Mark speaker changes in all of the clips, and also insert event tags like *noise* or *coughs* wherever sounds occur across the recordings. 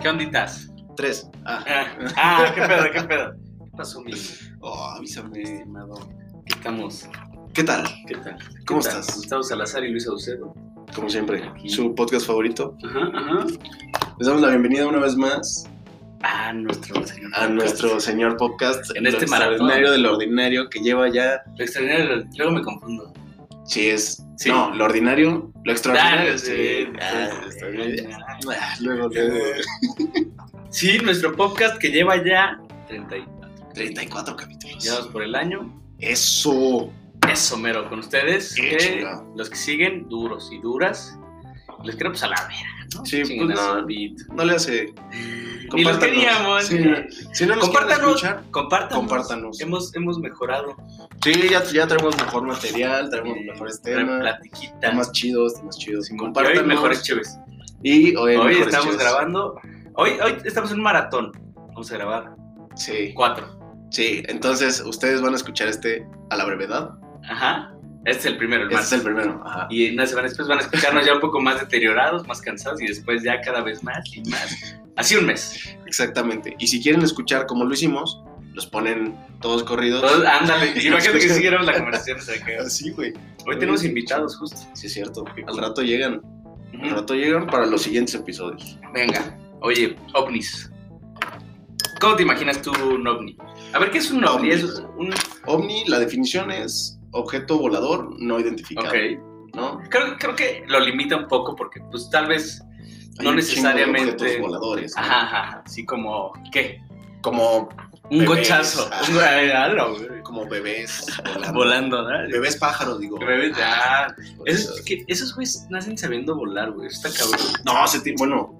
Speaker 1: ¿Qué onditas?
Speaker 2: Tres. Ah,
Speaker 1: Ah, ah, qué pedo, qué pedo. ¿Qué pasó, mi
Speaker 2: oh, avísame.
Speaker 1: estimado? Aquí estamos.
Speaker 2: ¿Qué tal?
Speaker 1: ¿Qué tal? ¿Qué
Speaker 2: ¿Cómo
Speaker 1: tal?
Speaker 2: estás?
Speaker 1: Gustavo Salazar y Luis Aucedo.
Speaker 2: Como siempre,
Speaker 1: Aquí.
Speaker 2: su podcast favorito.
Speaker 1: Ajá, ajá.
Speaker 2: Les damos la bienvenida una vez más
Speaker 1: Ah, nuestro señor.
Speaker 2: a nuestro señor podcast.
Speaker 1: En este
Speaker 2: lo extraordinario de lo ordinario que lleva ya.
Speaker 1: Lo extraordinario, luego me confundo.
Speaker 2: Sí, es.
Speaker 1: Sí.
Speaker 2: No, lo ordinario. Lo extraordinario.
Speaker 1: Ah,
Speaker 2: sí.
Speaker 1: sí.
Speaker 2: Ah,
Speaker 1: Ah,
Speaker 2: extraordinario.
Speaker 1: ah.
Speaker 2: Ah, Luego, luego.
Speaker 1: Sí, nuestro podcast que lleva ya 34.
Speaker 2: 34 capítulos.
Speaker 1: Llevados por el año.
Speaker 2: Eso.
Speaker 1: Eso, mero, con ustedes.
Speaker 2: Qué
Speaker 1: eh,
Speaker 2: chingado.
Speaker 1: los que siguen, duros y duras. Los queremos a la vera, ¿no?
Speaker 2: Sí,
Speaker 1: Chinguen
Speaker 2: pues
Speaker 1: a su
Speaker 2: no.
Speaker 1: beat.
Speaker 2: No le hace.
Speaker 1: Ni los
Speaker 2: Compártanos.
Speaker 1: queríamos.
Speaker 2: Sí. Si no nos quieren
Speaker 1: Compártanos.
Speaker 2: escuchar,
Speaker 1: Compártanos.
Speaker 2: compártanos.
Speaker 1: Hemos, hemos mejorado.
Speaker 2: Sí, ya, ya traemos mejor material, traemos
Speaker 1: Eh,
Speaker 2: mejores
Speaker 1: trae
Speaker 2: temas.
Speaker 1: Platiquita.
Speaker 2: Temas chidos, temas chidos.
Speaker 1: Simón. Y
Speaker 2: Compártanos.
Speaker 1: Hoy mejores chéves.
Speaker 2: Y hoy,
Speaker 1: Hoy
Speaker 2: hay mejores
Speaker 1: estamos
Speaker 2: chivas.
Speaker 1: grabando. Hoy, hoy estamos en un maratón. Vamos a grabar
Speaker 2: Sí,
Speaker 1: cuatro.
Speaker 2: sí. Entonces, ustedes van a escuchar este a la brevedad.
Speaker 1: Ajá. Este es el primero, el
Speaker 2: Este
Speaker 1: más.
Speaker 2: es el primero. Ajá.
Speaker 1: Y una semana después van a escucharnos ya un poco más deteriorados, más cansados y después ya cada vez más y más. Así un mes.
Speaker 2: Exactamente. Y si quieren escuchar cómo lo hicimos, los ponen todos corridos.
Speaker 1: Todos, ah.
Speaker 2: *laughs*
Speaker 1: ándale. Imagínate que siguieron la conversación. o sea, que-
Speaker 2: Así, güey.
Speaker 1: Hoy tenemos invitados justo.
Speaker 2: Sí, es cierto. Al rato llegan. Al rato llegan para los siguientes episodios.
Speaker 1: Venga. Oye, ovnis. ¿Cómo te imaginas tú un ovni? A ver, ¿qué es un ovni?
Speaker 2: Ovni.
Speaker 1: Es un...
Speaker 2: OVNI, la definición es objeto volador no identificado.
Speaker 1: Ok.
Speaker 2: ¿No?
Speaker 1: Creo, creo que lo limita un poco porque pues tal vez
Speaker 2: Hay
Speaker 1: No
Speaker 2: un chingo de
Speaker 1: necesariamente.
Speaker 2: objetos voladores. ¿no?
Speaker 1: Ajá, ajá, así como, ¿qué?
Speaker 2: Como,
Speaker 1: Un
Speaker 2: Bebés.
Speaker 1: gochazo.
Speaker 2: Ah.
Speaker 1: Un- ay, algo, güey.
Speaker 2: como bebés volando.
Speaker 1: Volando, ¿no?
Speaker 2: Bebés pájaros, digo.
Speaker 1: Bebés, ah.
Speaker 2: Por eso.
Speaker 1: Esos, que- esos güeyes nacen sabiendo volar, güey. Está cabrón.
Speaker 2: No, se ti- bueno,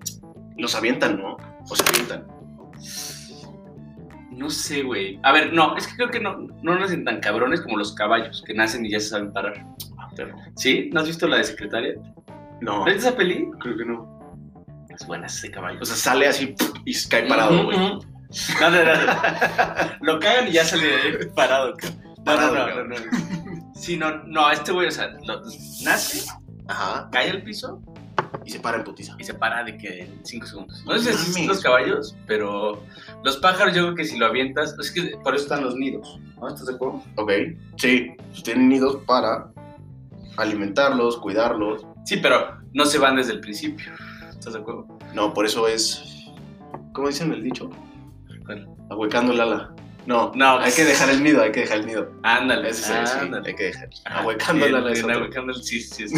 Speaker 2: los avientan, ¿no? O se avientan.
Speaker 1: No sé, güey. A ver, no, es que creo que no, no nacen tan cabrones como los caballos, que nacen y ya se saben parar.
Speaker 2: Ah,
Speaker 1: ¿Sí? ¿No has visto la de secretaria?
Speaker 2: No,
Speaker 1: ¿Ves esa peli?
Speaker 2: ¿Eh? creo que no.
Speaker 1: Es buena ese caballo.
Speaker 2: O sea, sale así ¡puf! y cae parado,
Speaker 1: Ujú,
Speaker 2: güey.
Speaker 1: ujú. No, no, no, no.
Speaker 2: *laughs*
Speaker 1: Lo cagan y ya sale de ahí parado, cabrón. No,
Speaker 2: Parado,
Speaker 1: no, no,
Speaker 2: cabrón.
Speaker 1: no, no. Sí, no, no, este güey, o sea, lo- nace
Speaker 2: Ajá.
Speaker 1: cae al piso
Speaker 2: Y se para en putiza.
Speaker 1: y se para de que en 5 segundos. No sé si
Speaker 2: Mames.
Speaker 1: los caballos, pero los pájaros yo creo que si lo avientas, es que por eso están los nidos, ¿no? ¿Estás de acuerdo?
Speaker 2: Ok. Sí. Tienen nidos para alimentarlos, cuidarlos.
Speaker 1: Sí, pero no se van desde el principio. ¿Estás de acuerdo?
Speaker 2: No, por eso es. ¿Cómo dicen el dicho?
Speaker 1: ¿Cuál?
Speaker 2: Ahuecando el ala. No,
Speaker 1: No,
Speaker 2: hay que dejar el nido, hay que dejar el nido.
Speaker 1: Ándale,
Speaker 2: Ese es el sí, Ah,
Speaker 1: ándale.
Speaker 2: hay que dejar.
Speaker 1: Ajá,
Speaker 2: Ahuecando el
Speaker 1: bien,
Speaker 2: ala es
Speaker 1: bien,
Speaker 2: otro.
Speaker 1: ahuecando el- sí, sí, sí.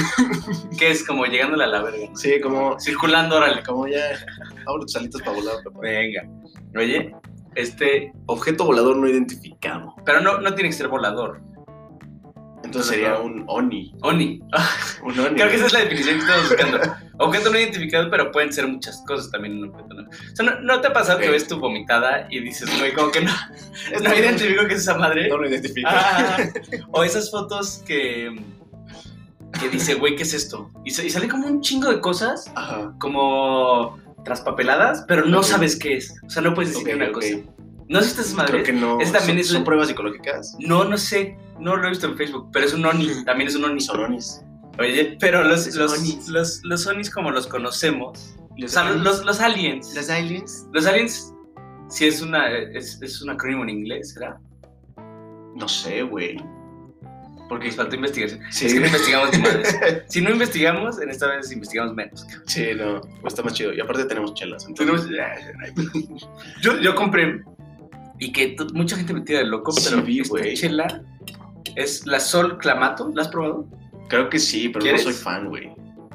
Speaker 1: que es como llegándole a la verga. ¿no?
Speaker 2: Sí, como,
Speaker 1: Circulando, órale.
Speaker 2: como ya. Abre tus alitas para volar, papá.
Speaker 1: Venga. Oye, este,
Speaker 2: Objeto volador no identificado.
Speaker 1: pero no, no tiene que ser volador.
Speaker 2: Entonces sería un ONI.
Speaker 1: Oni. *laughs*
Speaker 2: Un ONI.
Speaker 1: Creo que esa es la definición que estamos buscando. Objeto no identificado, pero pueden ser muchas cosas también en un objeto. ¿no? O sea, ¿no, no te ha pasado que
Speaker 2: Ok.
Speaker 1: ves tu vomitada y dices, güey, como que no, *laughs*
Speaker 2: Este
Speaker 1: no identifico que es esa madre?
Speaker 2: No lo identifico.
Speaker 1: Ah, o esas fotos que, que dice, güey, ¿qué es esto? Y, sa- y sale como un chingo de cosas,
Speaker 2: Ajá.
Speaker 1: como traspapeladas, pero no
Speaker 2: Ok.
Speaker 1: sabes qué es. O sea, no puedes decir
Speaker 2: Ok,
Speaker 1: ni una
Speaker 2: ok.
Speaker 1: cosa. ¿No has visto esas madres?
Speaker 2: Creo que no.
Speaker 1: Ese también
Speaker 2: ¿Son,
Speaker 1: es un-
Speaker 2: son pruebas psicológicas?
Speaker 1: No, no sé. No lo he visto en Facebook, pero es un oni. También es un oni.
Speaker 2: Son onis.
Speaker 1: Oye, pero los,
Speaker 2: Los
Speaker 1: los,
Speaker 2: onis.
Speaker 1: los, los onis como los conocemos, o sea, los, los, los aliens,
Speaker 2: ¿Los aliens?
Speaker 1: los aliens, si es una es, es un acrónimo en inglés, ¿verdad?
Speaker 2: No sé, güey. Porque
Speaker 1: Nos faltó investigación.
Speaker 2: sí,
Speaker 1: Es que no investigamos ni madres. Si no investigamos, en esta vez investigamos menos. cabrón.
Speaker 2: sí, no. Pues está más chido. Y aparte tenemos chelas.
Speaker 1: Tenemos-
Speaker 2: Entonces,
Speaker 1: Yo, yo compré y que to- mucha gente me tira de loco,
Speaker 2: Sí,
Speaker 1: pero
Speaker 2: vi,
Speaker 1: esta
Speaker 2: güey.
Speaker 1: chela es la Sol Clamato. ¿La has probado?
Speaker 2: creo que sí, pero
Speaker 1: ¿Quieres?
Speaker 2: no soy fan, güey.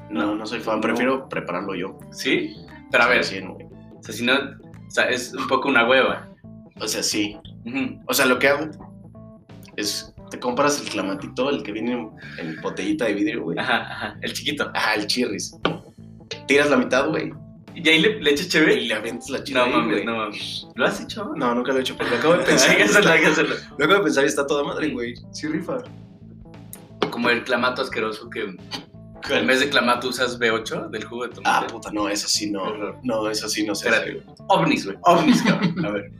Speaker 2: No, no soy fan. Prefiero prepararlo yo.
Speaker 1: Sí. Pero a ver,
Speaker 2: Recién, güey.
Speaker 1: o sea, si no, o sea, es un poco una hueva.
Speaker 2: O sea, sí.
Speaker 1: Ujú.
Speaker 2: O sea, lo que hago es... Te compras el clamatito, el que viene en, en botellita de vidrio, güey.
Speaker 1: Ajá, ajá, el chiquito.
Speaker 2: Ajá, el chirris. Tiras la mitad, güey.
Speaker 1: ¿Y ahí le, le echas chévere?
Speaker 2: Y le avientas la chela
Speaker 1: No
Speaker 2: ahí,
Speaker 1: mames,
Speaker 2: güey.
Speaker 1: no mames. ¿Lo has hecho? *laughs*
Speaker 2: No, nunca lo he hecho, pero lo acabo de pensar.
Speaker 1: hay que hacerlo,
Speaker 2: Está-
Speaker 1: hay que hacerlo.
Speaker 2: lo acabo de pensar y está toda madre, güey. Sí, rifa.
Speaker 1: Como el clamato asqueroso que en vez de clamato usas B8 del jugo de
Speaker 2: Ah,
Speaker 1: tomate.
Speaker 2: puta, no, eso sí no.
Speaker 1: Horror.
Speaker 2: No, eso sí no sé.
Speaker 1: Espérate. ovnis, güey. pues, Ovnis, cabrón. A ver.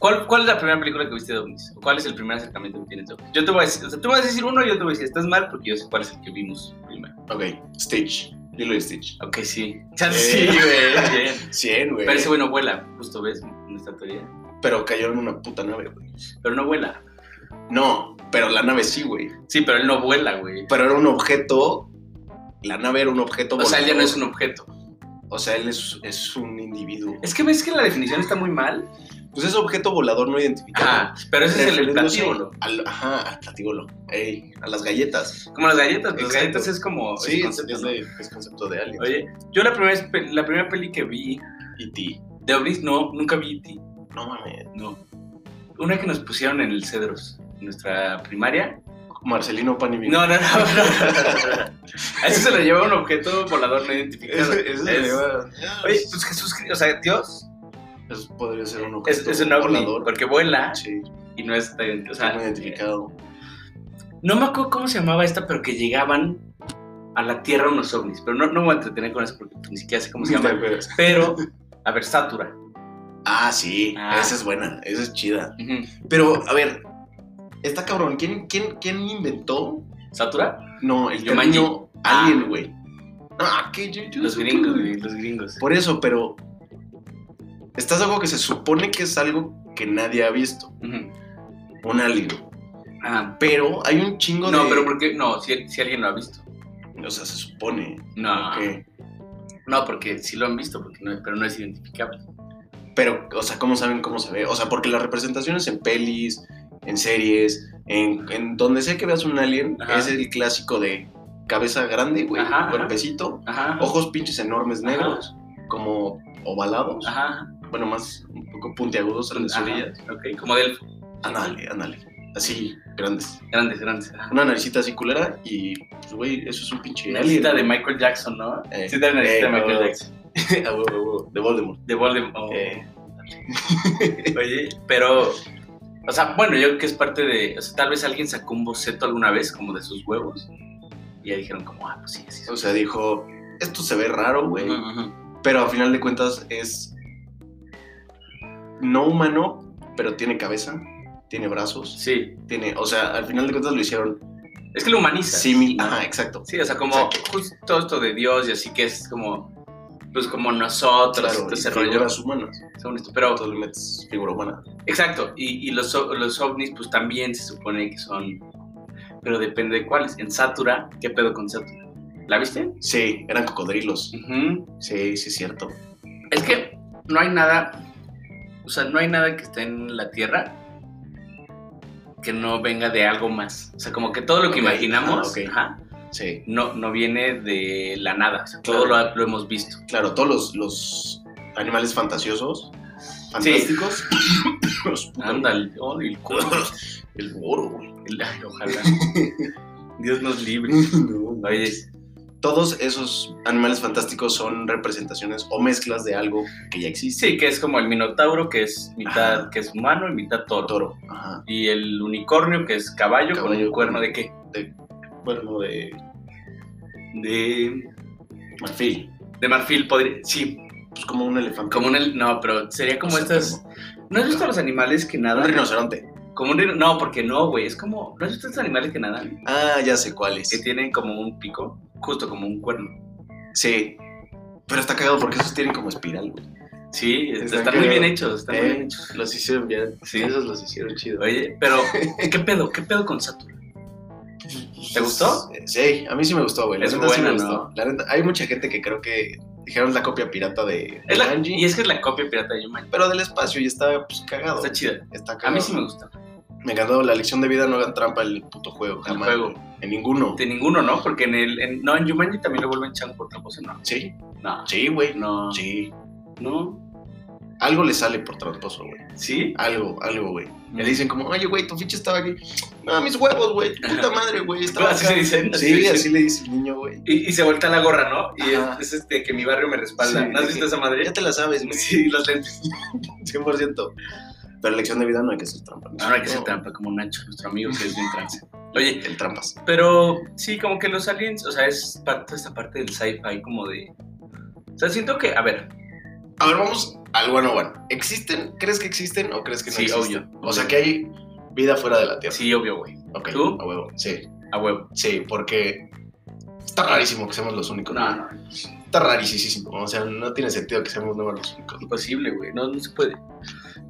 Speaker 1: ¿Cuál, ¿Cuál es la primera película que viste de ovnis? ¿O ¿Cuál es el primer acercamiento que tienes de ovnis? Yo te voy a decir, o sea, tú me vas a decir uno y yo te voy a decir, estás mal porque yo sé cuál es el que vimos primero.
Speaker 2: Ok, Stitch. Lilo y Stitch.
Speaker 1: Ok, sí. Chance
Speaker 2: Sí.
Speaker 1: sí, güey. bien.
Speaker 2: 100,
Speaker 1: *laughs*
Speaker 2: güey.
Speaker 1: Pero ese güey no vuela, justo ves nuestra teoría.
Speaker 2: Pero cayó en una puta nave, güey.
Speaker 1: Pero no vuela.
Speaker 2: No, pero la nave sí, güey.
Speaker 1: Sí, pero él no vuela, güey.
Speaker 2: Pero era un objeto. La nave era un objeto.
Speaker 1: O sea, él ya no es
Speaker 2: volador.
Speaker 1: un objeto.
Speaker 2: O sea, él es, es un individuo.
Speaker 1: Es que ves que la definición está muy mal.
Speaker 2: Pues es objeto volador no identificado.
Speaker 1: Ajá, pero ese es el
Speaker 2: Refiriéndose
Speaker 1: platíbulo.
Speaker 2: al- ajá, al platíbulo. Ey, a las galletas.
Speaker 1: Como las galletas, pues, las
Speaker 2: Exacto.
Speaker 1: galletas es como
Speaker 2: Sí,
Speaker 1: ese
Speaker 2: es,
Speaker 1: concepto,
Speaker 2: es
Speaker 1: ¿no?
Speaker 2: de- es concepto de alien.
Speaker 1: Oye, yo la primera, vez pe- la primera peli que vi
Speaker 2: Y ti.
Speaker 1: de ovnis, no, nunca vi E.T.
Speaker 2: No mames.
Speaker 1: No. Una que nos pusieron en el Cedros, en nuestra primaria.
Speaker 2: Marcelino Panini.
Speaker 1: No, no, no.
Speaker 2: *laughs*
Speaker 1: no. A eso se lo lleva un objeto volador no identificado.
Speaker 2: Ese- ese
Speaker 1: Es-
Speaker 2: le lleva-
Speaker 1: Oye, pues Jesús, Cri- o sea, Dios
Speaker 2: Eso podría ser un objeto
Speaker 1: es, es un ovni, Ah,
Speaker 2: volador.
Speaker 1: porque vuela
Speaker 2: Sí,
Speaker 1: y no está ident- o sea,
Speaker 2: no identificado.
Speaker 1: eh. No me acuerdo cómo se llamaba esta, pero que llegaban a la Tierra unos ovnis. Pero no, no me voy a entretener con eso porque ni siquiera sé cómo se
Speaker 2: *laughs*
Speaker 1: llama. Pero, a ver, Satura.
Speaker 2: Ah, sí.
Speaker 1: Ah.
Speaker 2: Esa es buena. Esa es chida. Pero, a ver. Está cabrón. ¿Quién, quién, quién inventó?
Speaker 1: ¿Satura?
Speaker 2: No, el
Speaker 1: Jumanji.
Speaker 2: término
Speaker 1: Ah.
Speaker 2: alien, güey. Ah, que yo, yo-
Speaker 1: Los gringos, güey, los gringos.
Speaker 2: Por eso, pero. Estás algo que se supone que es algo que nadie ha visto.
Speaker 1: Ujú.
Speaker 2: Un alien.
Speaker 1: Ah,
Speaker 2: Pero hay un chingo de.
Speaker 1: No, pero porque, no, si, si alguien lo ha visto.
Speaker 2: O sea, se supone.
Speaker 1: No,
Speaker 2: que-
Speaker 1: no, porque sí lo han visto, porque no, pero no es identificable.
Speaker 2: Pero, o sea, ¿cómo saben cómo se ve? O sea, porque las representaciones en pelis, en series, en, en donde sea que veas un alien,
Speaker 1: Ajá.
Speaker 2: es el clásico de cabeza grande, güey,
Speaker 1: Ajá, ajá.
Speaker 2: cuerpecito,
Speaker 1: Ajá.
Speaker 2: ojos pinches enormes
Speaker 1: Ajá.
Speaker 2: negros, como ovalados,
Speaker 1: Ajá.
Speaker 2: bueno, más un poco puntiagudos a las
Speaker 1: Ajá.
Speaker 2: orillas.
Speaker 1: Ok, como del
Speaker 2: Ándale, ándale. Así, grandes.
Speaker 1: Grandes, grandes. Ajá.
Speaker 2: Una naricita así culera y, pues, güey, eso es un pinche
Speaker 1: Naricita de
Speaker 2: alien.
Speaker 1: Michael Jackson, ¿no?
Speaker 2: Eh,
Speaker 1: sí, de la naricita
Speaker 2: eh,
Speaker 1: de Michael
Speaker 2: no.
Speaker 1: Jackson.
Speaker 2: *laughs* A huevo, a huevo, de Voldemort.
Speaker 1: De Voldemort.
Speaker 2: Eh,
Speaker 1: Oye, pero. O sea, bueno, yo creo que es parte de. O sea, tal vez alguien sacó un boceto alguna vez, como de sus huevos. Y ya dijeron, como, ah, pues sí, sí. sí.
Speaker 2: o sea, dijo, esto se ve raro, güey.
Speaker 1: Ujú, ujú.
Speaker 2: Pero a final de cuentas es no humano, pero tiene cabeza, tiene brazos,
Speaker 1: Sí.
Speaker 2: tiene, o sea, al final de cuentas lo hicieron
Speaker 1: Es que lo humaniza.
Speaker 2: símil, ajá, exacto.
Speaker 1: Sí, o sea, como
Speaker 2: Exacto.
Speaker 1: justo todo esto de Dios y así que es como. Pues como nosotros,
Speaker 2: Claro,
Speaker 1: todo ese
Speaker 2: y
Speaker 1: rollo.
Speaker 2: figuras humanas,
Speaker 1: Según esto, pero.
Speaker 2: entonces le metes figura humana.
Speaker 1: Exacto. Y, y los, o- los ovnis, pues también se supone que son. Pero depende de cuáles. En Satura, ¿qué pedo con Satura? ¿La viste?
Speaker 2: Sí, eran cocodrilos.
Speaker 1: Ujú.
Speaker 2: Sí, sí es cierto.
Speaker 1: Es que no hay nada, o sea, no hay nada que esté en la Tierra que no venga de algo más. O sea, como que todo lo que
Speaker 2: Ok,
Speaker 1: imaginamos
Speaker 2: ah, ok.
Speaker 1: ajá,
Speaker 2: Sí,
Speaker 1: no, no viene de la nada. O sea, todo
Speaker 2: Claro.
Speaker 1: lo, lo hemos visto.
Speaker 2: claro, todos los, los animales fantasiosos, fantásticos. *coughs* Los putos.
Speaker 1: Anda, el, oh, el
Speaker 2: *laughs*
Speaker 1: culo,
Speaker 2: El
Speaker 1: *laughs*
Speaker 2: oro, güey.
Speaker 1: el- ay,
Speaker 2: *laughs*
Speaker 1: ojalá. Dios nos libre.
Speaker 2: No.
Speaker 1: Oye,
Speaker 2: Todos esos animales fantásticos son representaciones o mezclas de algo que ya existe.
Speaker 1: sí, que es como el minotauro, que es mitad,
Speaker 2: Ajá.
Speaker 1: que es humano y mitad toro.
Speaker 2: Toro. Ajá.
Speaker 1: Y el unicornio, que es caballo, con
Speaker 2: Caballo.
Speaker 1: un cuerno de qué?
Speaker 2: Bueno, de
Speaker 1: De,
Speaker 2: marfil.
Speaker 1: de marfil, podría, sí,
Speaker 2: Pues como un elefante.
Speaker 1: Como un el- no, pero sería como
Speaker 2: O sea,
Speaker 1: estas. ¿No has visto los animales que
Speaker 2: Un
Speaker 1: nadan?
Speaker 2: rinoceronte.
Speaker 1: Como un rino- No, porque no, güey. Es como. ¿No has visto estos animales que nadan?
Speaker 2: Ah, ya sé cuál
Speaker 1: Que
Speaker 2: es.
Speaker 1: tienen como un pico, justo como un cuerno.
Speaker 2: Sí. Pero está cagado porque esos tienen como espiral, güey.
Speaker 1: Sí, est-
Speaker 2: Están
Speaker 1: están, muy bien
Speaker 2: cagados.
Speaker 1: hechos. Están muy
Speaker 2: Eh,
Speaker 1: bien hechos.
Speaker 2: Los hicieron bien.
Speaker 1: Sí.
Speaker 2: Esos los hicieron chido.
Speaker 1: Oye,
Speaker 2: *laughs*
Speaker 1: pero, ¿qué pedo? ¿Qué pedo con Saturn? ¿Te gustó?
Speaker 2: Eh, Sí, a mí sí me gustó, güey. La
Speaker 1: Es
Speaker 2: neta sí me
Speaker 1: buena,
Speaker 2: gustó. La neta, hay mucha gente que creo que dijeron la copia pirata de
Speaker 1: Es la-
Speaker 2: Angie,
Speaker 1: y es que es la copia pirata de Yumanji.
Speaker 2: pero del espacio y está pues, cagado.
Speaker 1: Está chida.
Speaker 2: Está
Speaker 1: A
Speaker 2: cagado.
Speaker 1: mí sí me gusta.
Speaker 2: Me encantó la lección de vida, no hagan trampa en el puto juego,
Speaker 1: El
Speaker 2: jamás.
Speaker 1: juego.
Speaker 2: En ninguno.
Speaker 1: De ninguno, ¿no? Porque en el. en- no, en Yumanji también lo vuelven chango por tramposo, no.
Speaker 2: Sí,
Speaker 1: No.
Speaker 2: sí, güey.
Speaker 1: No.
Speaker 2: Sí.
Speaker 1: No.
Speaker 2: Algo le sale por tramposo, güey.
Speaker 1: ¿Sí?
Speaker 2: Algo, algo, güey. Le
Speaker 1: Mm.
Speaker 2: dicen como, oye, güey, tu ficha estaba aquí. No, mis huevos, güey. Puta madre,
Speaker 1: *laughs*
Speaker 2: güey. Estaba
Speaker 1: Así se
Speaker 2: acá.
Speaker 1: dicen. así se
Speaker 2: Sí,
Speaker 1: dicen.
Speaker 2: así le dice el niño, güey.
Speaker 1: Y, y se voltea la gorra, ¿no? Y
Speaker 2: Ajá.
Speaker 1: es, es este que mi barrio me respalda.
Speaker 2: Sí,
Speaker 1: ¿No has
Speaker 2: de
Speaker 1: visto
Speaker 2: que-
Speaker 1: esa
Speaker 2: Ya
Speaker 1: madre?
Speaker 2: te la sabes, güey.
Speaker 1: Sí, los
Speaker 2: *laughs*
Speaker 1: lentes.
Speaker 2: 100%. Pero lección de vida no hay que hacer trampa.
Speaker 1: Ahora hay que se trampa como Nacho, nuestro amigo que es bien trans. Ah, *laughs* Oye,
Speaker 2: El trampas.
Speaker 1: pero sí, como que los aliens, o sea, es parte, esta parte del sci-fi como de... O sea, siento que, a ver,
Speaker 2: A ver, vamos al bueno, bueno. ¿Existen? ¿Crees que existen o crees que no
Speaker 1: Sí,
Speaker 2: existen?
Speaker 1: obvio.
Speaker 2: O sea, que hay vida fuera de la Tierra.
Speaker 1: sí, obvio, güey.
Speaker 2: Ok,
Speaker 1: ¿Tú?
Speaker 2: a huevo. Sí,
Speaker 1: A huevo.
Speaker 2: sí, porque Está rarísimo que seamos los únicos.
Speaker 1: No,
Speaker 2: güey.
Speaker 1: no,
Speaker 2: Está rarísimo. O sea, no tiene sentido que seamos no los únicos.
Speaker 1: imposible, güey. No, no se puede.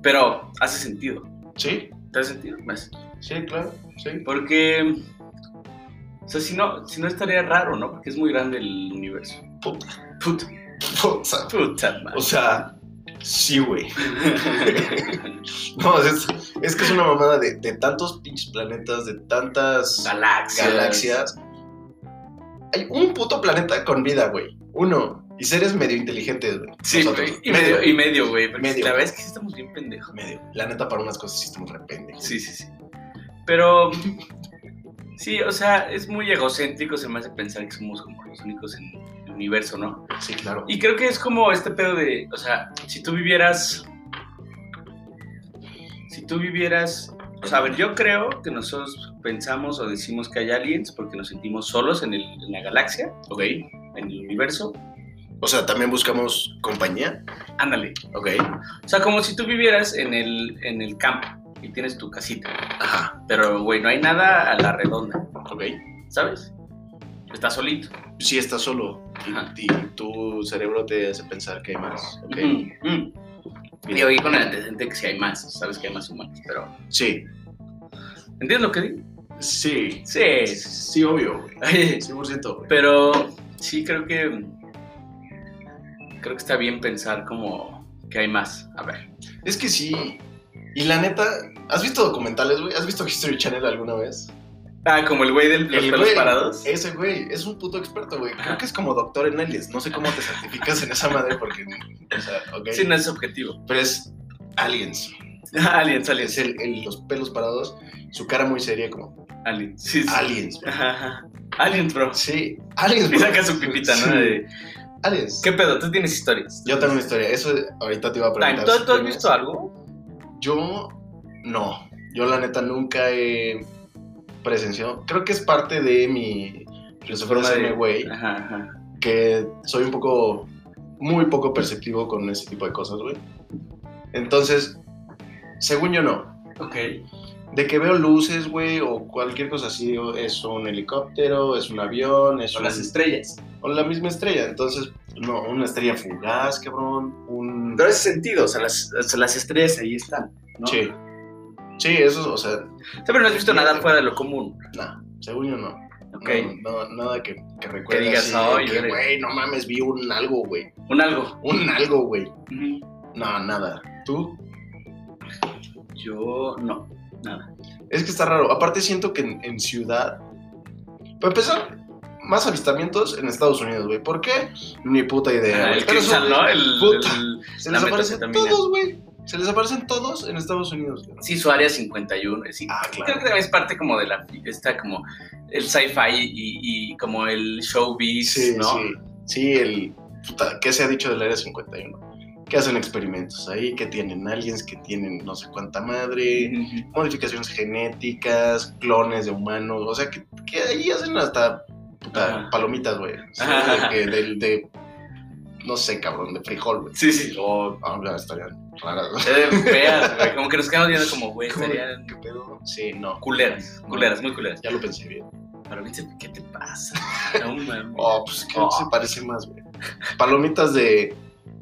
Speaker 1: Pero hace sentido.
Speaker 2: Sí,
Speaker 1: ¿Te hace sentido? Me hace.
Speaker 2: sí, claro. Sí. *laughs*
Speaker 1: Porque. O sea, si no, si no estaría raro, ¿no? Porque es muy grande el universo.
Speaker 2: Puta.
Speaker 1: Puta.
Speaker 2: O sea,
Speaker 1: Puta
Speaker 2: o
Speaker 1: madre.
Speaker 2: sea, sí, güey. *laughs*
Speaker 1: *laughs*
Speaker 2: No, es, es que es una mamada de, de tantos pinches planetas, de tantas
Speaker 1: Galaxias.
Speaker 2: galaxias. Hay un puto planeta con vida, güey. Uno. Y seres medio inteligentes, güey.
Speaker 1: Sí,
Speaker 2: Nosotros.
Speaker 1: güey. Y medio, y medio, güey. Porque
Speaker 2: Medio.
Speaker 1: la verdad es que sí estamos bien pendejos.
Speaker 2: medio. La neta, para unas cosas sí estamos re pendejos.
Speaker 1: Sí, sí, sí. Pero. Sí, o sea, es muy egocéntrico, se me hace pensar que somos como los únicos en el universo, ¿no?
Speaker 2: Sí, claro.
Speaker 1: Y creo que es como este pedo de, o sea, si tú vivieras, si tú vivieras, o sea, a ver, yo creo que nosotros pensamos o decimos que hay aliens porque nos sentimos solos en, el, en la galaxia,
Speaker 2: Ok.
Speaker 1: en el universo.
Speaker 2: O sea, también buscamos compañía.
Speaker 1: Ándale.
Speaker 2: Ok.
Speaker 1: O sea, como si tú vivieras en el, en el campo y tienes tu casita,
Speaker 2: Ajá.
Speaker 1: pero, güey, no hay nada a la redonda,
Speaker 2: Ok.
Speaker 1: ¿sabes? Estás solito.
Speaker 2: Sí, estás solo.
Speaker 1: Ajá.
Speaker 2: Y, y tu cerebro te hace pensar que hay más. Ok.
Speaker 1: Ujú, ujú. Mm, Y hoy con el antecedente que si hay más, sabes que hay más humanos, pero...
Speaker 2: Sí.
Speaker 1: ¿Entiendes lo que digo?
Speaker 2: Sí.
Speaker 1: Sí, sí, *laughs*
Speaker 2: Sí, obvio, güey.
Speaker 1: Oye,
Speaker 2: 100%, güey.
Speaker 1: Pero sí creo que creo que está bien pensar como que hay más. A ver.
Speaker 2: Es que sí. Y la neta, ¿has visto documentales, güey? ¿Has visto History Channel alguna vez?
Speaker 1: Ah, como el güey de los
Speaker 2: El
Speaker 1: pelos
Speaker 2: güey,
Speaker 1: parados.
Speaker 2: Ese güey es un puto experto, güey. Creo que es como doctor en aliens. No sé cómo te certificas en esa madre porque. O sea, ok.
Speaker 1: Sí, no es objetivo. *laughs*
Speaker 2: Pero es aliens.
Speaker 1: Aliens,
Speaker 2: Es
Speaker 1: aliens,
Speaker 2: el, el- los pelos parados, su cara muy seria, como
Speaker 1: aliens. Sí, sí.
Speaker 2: aliens. güey.
Speaker 1: Ajá, ajá. Aliens, bro.
Speaker 2: Sí, aliens.
Speaker 1: Y *laughs*
Speaker 2: bro.
Speaker 1: saca su pipita,
Speaker 2: Sí,
Speaker 1: ¿no? De,
Speaker 2: Aliens.
Speaker 1: ¿Qué pedo? ¿Tú tienes historias?
Speaker 2: Yo tengo una historia. Eso ahorita te iba a
Speaker 1: Time,
Speaker 2: preguntar.
Speaker 1: ¿Tú,
Speaker 2: si
Speaker 1: tú has
Speaker 2: tenías.
Speaker 1: visto algo?
Speaker 2: Yo no. Yo la neta nunca he presenciado. Creo que es parte de mi filosofía de
Speaker 1: Forma de-
Speaker 2: hacerme güey,
Speaker 1: Ajá, ajá.
Speaker 2: que soy un poco, muy poco perceptivo con ese tipo de cosas, güey. Entonces, según yo no.
Speaker 1: Ok.
Speaker 2: De que veo luces, güey, o cualquier cosa así, o es un helicóptero, es un avión, es
Speaker 1: Son
Speaker 2: un-
Speaker 1: las estrellas.
Speaker 2: o la misma estrella. Entonces, no, una estrella fugaz, cabrón, un...
Speaker 1: Pero ese sentido, o sea, las, o sea, las estrellas ahí están, ¿no?
Speaker 2: Sí. Sí, eso, es, o sea,
Speaker 1: O sea, pero no has visto nada fuera de lo común.
Speaker 2: no, según yo no.
Speaker 1: Ok.
Speaker 2: No, no, nada que, que recuerde
Speaker 1: digas,
Speaker 2: así,
Speaker 1: "No,
Speaker 2: de
Speaker 1: yo
Speaker 2: que,
Speaker 1: era-".
Speaker 2: güey, no mames, vi un algo, güey.
Speaker 1: Un algo.
Speaker 2: Un algo, güey.
Speaker 1: Ujú.
Speaker 2: No, nada. ¿Tú?
Speaker 1: Yo no, nada.
Speaker 2: Es que está raro. Aparte siento que en, en ciudad... Para empezar, más avistamientos en Estados Unidos, güey. ¿Por qué? Ni puta idea.
Speaker 1: Ah,
Speaker 2: güey.
Speaker 1: el
Speaker 2: Pero eso-
Speaker 1: cristal, ¿no? El,
Speaker 2: puta.
Speaker 1: el-
Speaker 2: Se
Speaker 1: La
Speaker 2: les aparecen
Speaker 1: metanfetamina.
Speaker 2: todos, güey. Se les aparecen todos en Estados Unidos. güey.
Speaker 1: sí, su área 51. Sí.
Speaker 2: Ah, claro.
Speaker 1: Creo que también es parte como de la. Está como el sci-fi y, y como el showbiz,
Speaker 2: Sí,
Speaker 1: ¿no?
Speaker 2: sí. Sí, el. puta, ¿Qué se ha dicho del área 51? Que hacen experimentos ahí, que tienen aliens, que tienen no sé cuánta madre,
Speaker 1: Ujú.
Speaker 2: modificaciones genéticas, clones de humanos, o sea, que, que ahí hacen hasta puta,
Speaker 1: Ajá.
Speaker 2: palomitas,
Speaker 1: *laughs*
Speaker 2: güey. Sí,
Speaker 1: Ajá.
Speaker 2: de, que- del- de- No sé, cabrón, de frijol, güey.
Speaker 1: Sí, sí.
Speaker 2: O, ah, ya, estarían raras. güey.
Speaker 1: Se ven feas, güey. Como que nos quedamos viendo como, güey, estarían
Speaker 2: *laughs* ¿Qué pedo? Sí, no,
Speaker 1: culeras, culeras, muy culeras.
Speaker 2: ya lo pensé bien.
Speaker 1: Pero viste, ¿qué te pasa? No mames.
Speaker 2: Oh, pues, ¿qué
Speaker 1: Oh.
Speaker 2: se parece más, güey? Palomitas de,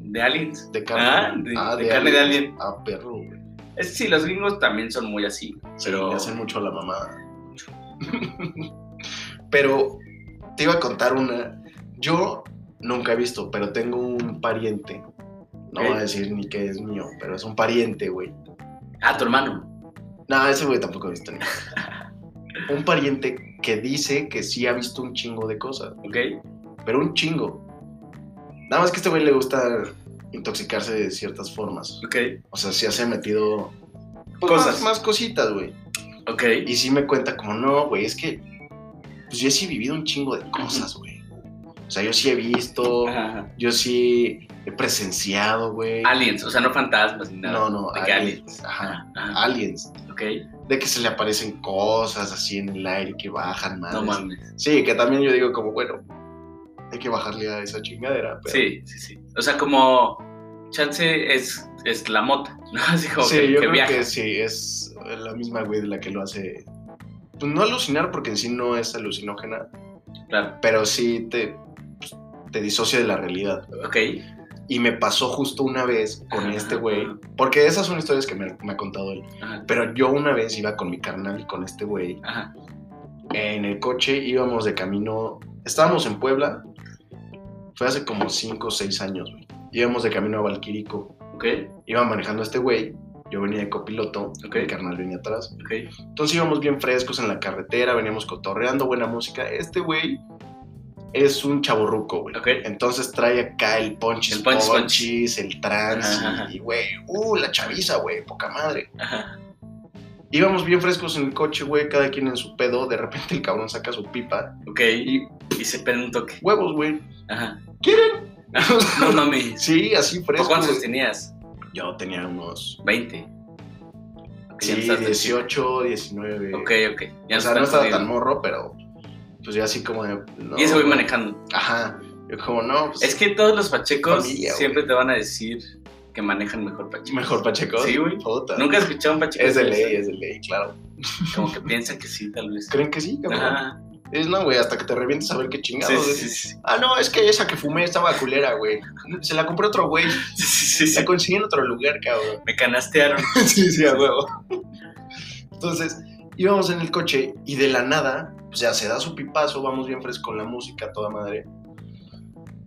Speaker 1: De aliens.
Speaker 2: de carne.
Speaker 1: Ah, de, de carne de alien.
Speaker 2: A perro, güey.
Speaker 1: Es que sí, los gringos también son muy así.
Speaker 2: Pero
Speaker 1: Pero-
Speaker 2: hacen mucho la mamada. *laughs* pero te iba a contar una. Yo nunca he visto, pero tengo un pariente. No
Speaker 1: Ok.
Speaker 2: voy a decir ni que es mío, pero es un pariente, güey.
Speaker 1: Ah, tu hermano.
Speaker 2: No, ese güey tampoco he visto ni *laughs* nada. Un pariente que dice que sí ha visto un chingo de cosas,
Speaker 1: Ok.
Speaker 2: pero un chingo. Nada más que a este güey le gusta intoxicarse de ciertas formas.
Speaker 1: Ok.
Speaker 2: O sea, sí se ha metido pues,
Speaker 1: Cosas.
Speaker 2: Más, más cositas, güey.
Speaker 1: Ok.
Speaker 2: Y sí me cuenta como, no, güey, es que pues yo sí he vivido un chingo de cosas, güey. O sea, yo sí he visto,
Speaker 1: Ajá, ajá.
Speaker 2: yo sí he presenciado, güey.
Speaker 1: Aliens, o sea, no fantasmas ni nada.
Speaker 2: No, Ah. no,
Speaker 1: de que
Speaker 2: aliens. Ajá.
Speaker 1: Ajá, ajá,
Speaker 2: Aliens.
Speaker 1: ok.
Speaker 2: De que se le aparecen cosas así en el aire que bajan, madres.
Speaker 1: No mames.
Speaker 2: Sí, que también yo digo como, bueno, hay que bajarle a esa chingadera. Pero...
Speaker 1: Sí, sí, sí. O sea, como chance es, es la mota, *laughs* ¿no? Así como
Speaker 2: Sí,
Speaker 1: que,
Speaker 2: yo
Speaker 1: que
Speaker 2: creo
Speaker 1: viaja.
Speaker 2: que sí, es la misma güey de la que lo hace. Pues no alucinar, porque en sí no es alucinógena,
Speaker 1: Claro.
Speaker 2: pero sí te, pues, te disocia de la realidad.
Speaker 1: Ok.
Speaker 2: Y me pasó justo una vez con
Speaker 1: Ajá.
Speaker 2: este güey, porque esas son historias que me, me ha contado él.
Speaker 1: Ajá.
Speaker 2: Pero yo una vez iba con mi carnal y con este güey
Speaker 1: Ajá.
Speaker 2: en el coche, íbamos de camino, estábamos en Puebla, fue hace como 5 o 6 años, güey. Íbamos de camino a Valquirico,
Speaker 1: Ok.
Speaker 2: iba manejando este güey, yo venía de copiloto,
Speaker 1: Ok.
Speaker 2: mi carnal venía atrás.
Speaker 1: Ok.
Speaker 2: Entonces íbamos bien frescos en la carretera, veníamos cotorreando, buena música. Este güey es un chaburruco, güey.
Speaker 1: Ok.
Speaker 2: Entonces trae acá el ponchis,
Speaker 1: El
Speaker 2: el
Speaker 1: punchis,
Speaker 2: ponchis, el trans,
Speaker 1: Ajá, ajá.
Speaker 2: y güey, uh, la chaviza, güey, poca madre.
Speaker 1: Ajá.
Speaker 2: Íbamos bien frescos en el coche, güey, cada quien en su pedo. De repente el cabrón saca su pipa
Speaker 1: Ok.
Speaker 2: y
Speaker 1: Y se pega un toque.
Speaker 2: huevos, güey.
Speaker 1: Ajá.
Speaker 2: ¿Quieren?
Speaker 1: No mames.
Speaker 2: sí, así *laughs* fresco.
Speaker 1: ¿Cuántos
Speaker 2: güey.
Speaker 1: tenías?
Speaker 2: Yo tenía unos.
Speaker 1: 20. Ok, ya
Speaker 2: Sí,
Speaker 1: no estás tan
Speaker 2: 18, 19.
Speaker 1: chico. Ok, ok. Ya
Speaker 2: o sea, no estaba tan
Speaker 1: jodido.
Speaker 2: morro, pero pues ya así como de. no,
Speaker 1: Y ese voy
Speaker 2: güey.
Speaker 1: manejando.
Speaker 2: Ajá. Yo como, no, pues,
Speaker 1: Es que todos los pachecos
Speaker 2: Familia, güey.
Speaker 1: siempre te van a decir que manejan mejor pachecos.
Speaker 2: mejor Pacheco.
Speaker 1: Sí, güey.
Speaker 2: Puta.
Speaker 1: Nunca he escuchado a un pacheco.
Speaker 2: Es de
Speaker 1: decir
Speaker 2: ley,
Speaker 1: eso.
Speaker 2: es de ley, claro.
Speaker 1: Como que piensan que sí, tal vez.
Speaker 2: ¿Creen que sí, cabrón?
Speaker 1: Ajá.
Speaker 2: Es no, güey, hasta que te revientes a ver qué
Speaker 1: Sí,
Speaker 2: chingados.
Speaker 1: sí,
Speaker 2: es.
Speaker 1: sí, sí.
Speaker 2: Ah, no, es que esa que fumé estaba culera, güey. Se la compré otro güey.
Speaker 1: Sí, sí, sí, sí.
Speaker 2: La conseguí en otro lugar, cabrón.
Speaker 1: Me canastearon.
Speaker 2: *laughs* sí, sí, a huevo. Entonces, íbamos en el coche y de la nada, o sea, se da su pipazo, vamos bien fresco con la música, toda madre.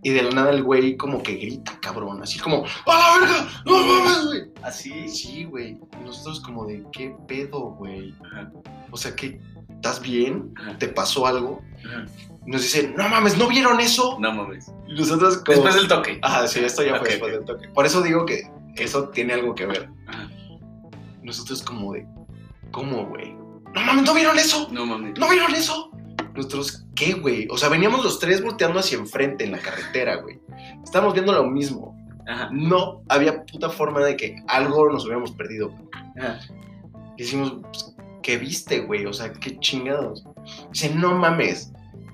Speaker 2: Y de la nada el güey como que grita, cabrón, así como, ¡ah, la verga! ¡No mames, güey!
Speaker 1: ¿Así?
Speaker 2: Sí, güey. Y Nosotros como de, ¿qué pedo, güey?
Speaker 1: Ajá.
Speaker 2: O sea, ¿qué? ¿Estás bien?
Speaker 1: Ajá.
Speaker 2: ¿Te pasó algo?
Speaker 1: Ajá.
Speaker 2: Y Nos dicen, no mames, ¿no vieron eso?
Speaker 1: No mames.
Speaker 2: Y nosotros como...
Speaker 1: Después del toque.
Speaker 2: Ah, sí, esto ya
Speaker 1: Ok,
Speaker 2: fue después
Speaker 1: ok.
Speaker 2: del toque. Por eso digo que eso tiene algo que ver.
Speaker 1: Ajá.
Speaker 2: Nosotros como de, ¿cómo, güey? No mames, ¿no vieron eso?
Speaker 1: No mames.
Speaker 2: ¿No vieron eso? Nosotros, ¿qué, güey? O sea, veníamos los tres volteando hacia enfrente en la carretera, güey. Estábamos viendo lo mismo.
Speaker 1: Ajá.
Speaker 2: No había puta forma de que algo nos hubiéramos perdido.
Speaker 1: Ajá.
Speaker 2: Y decimos, pues, ¿qué viste, güey? O sea, qué chingados. Dice, no mames.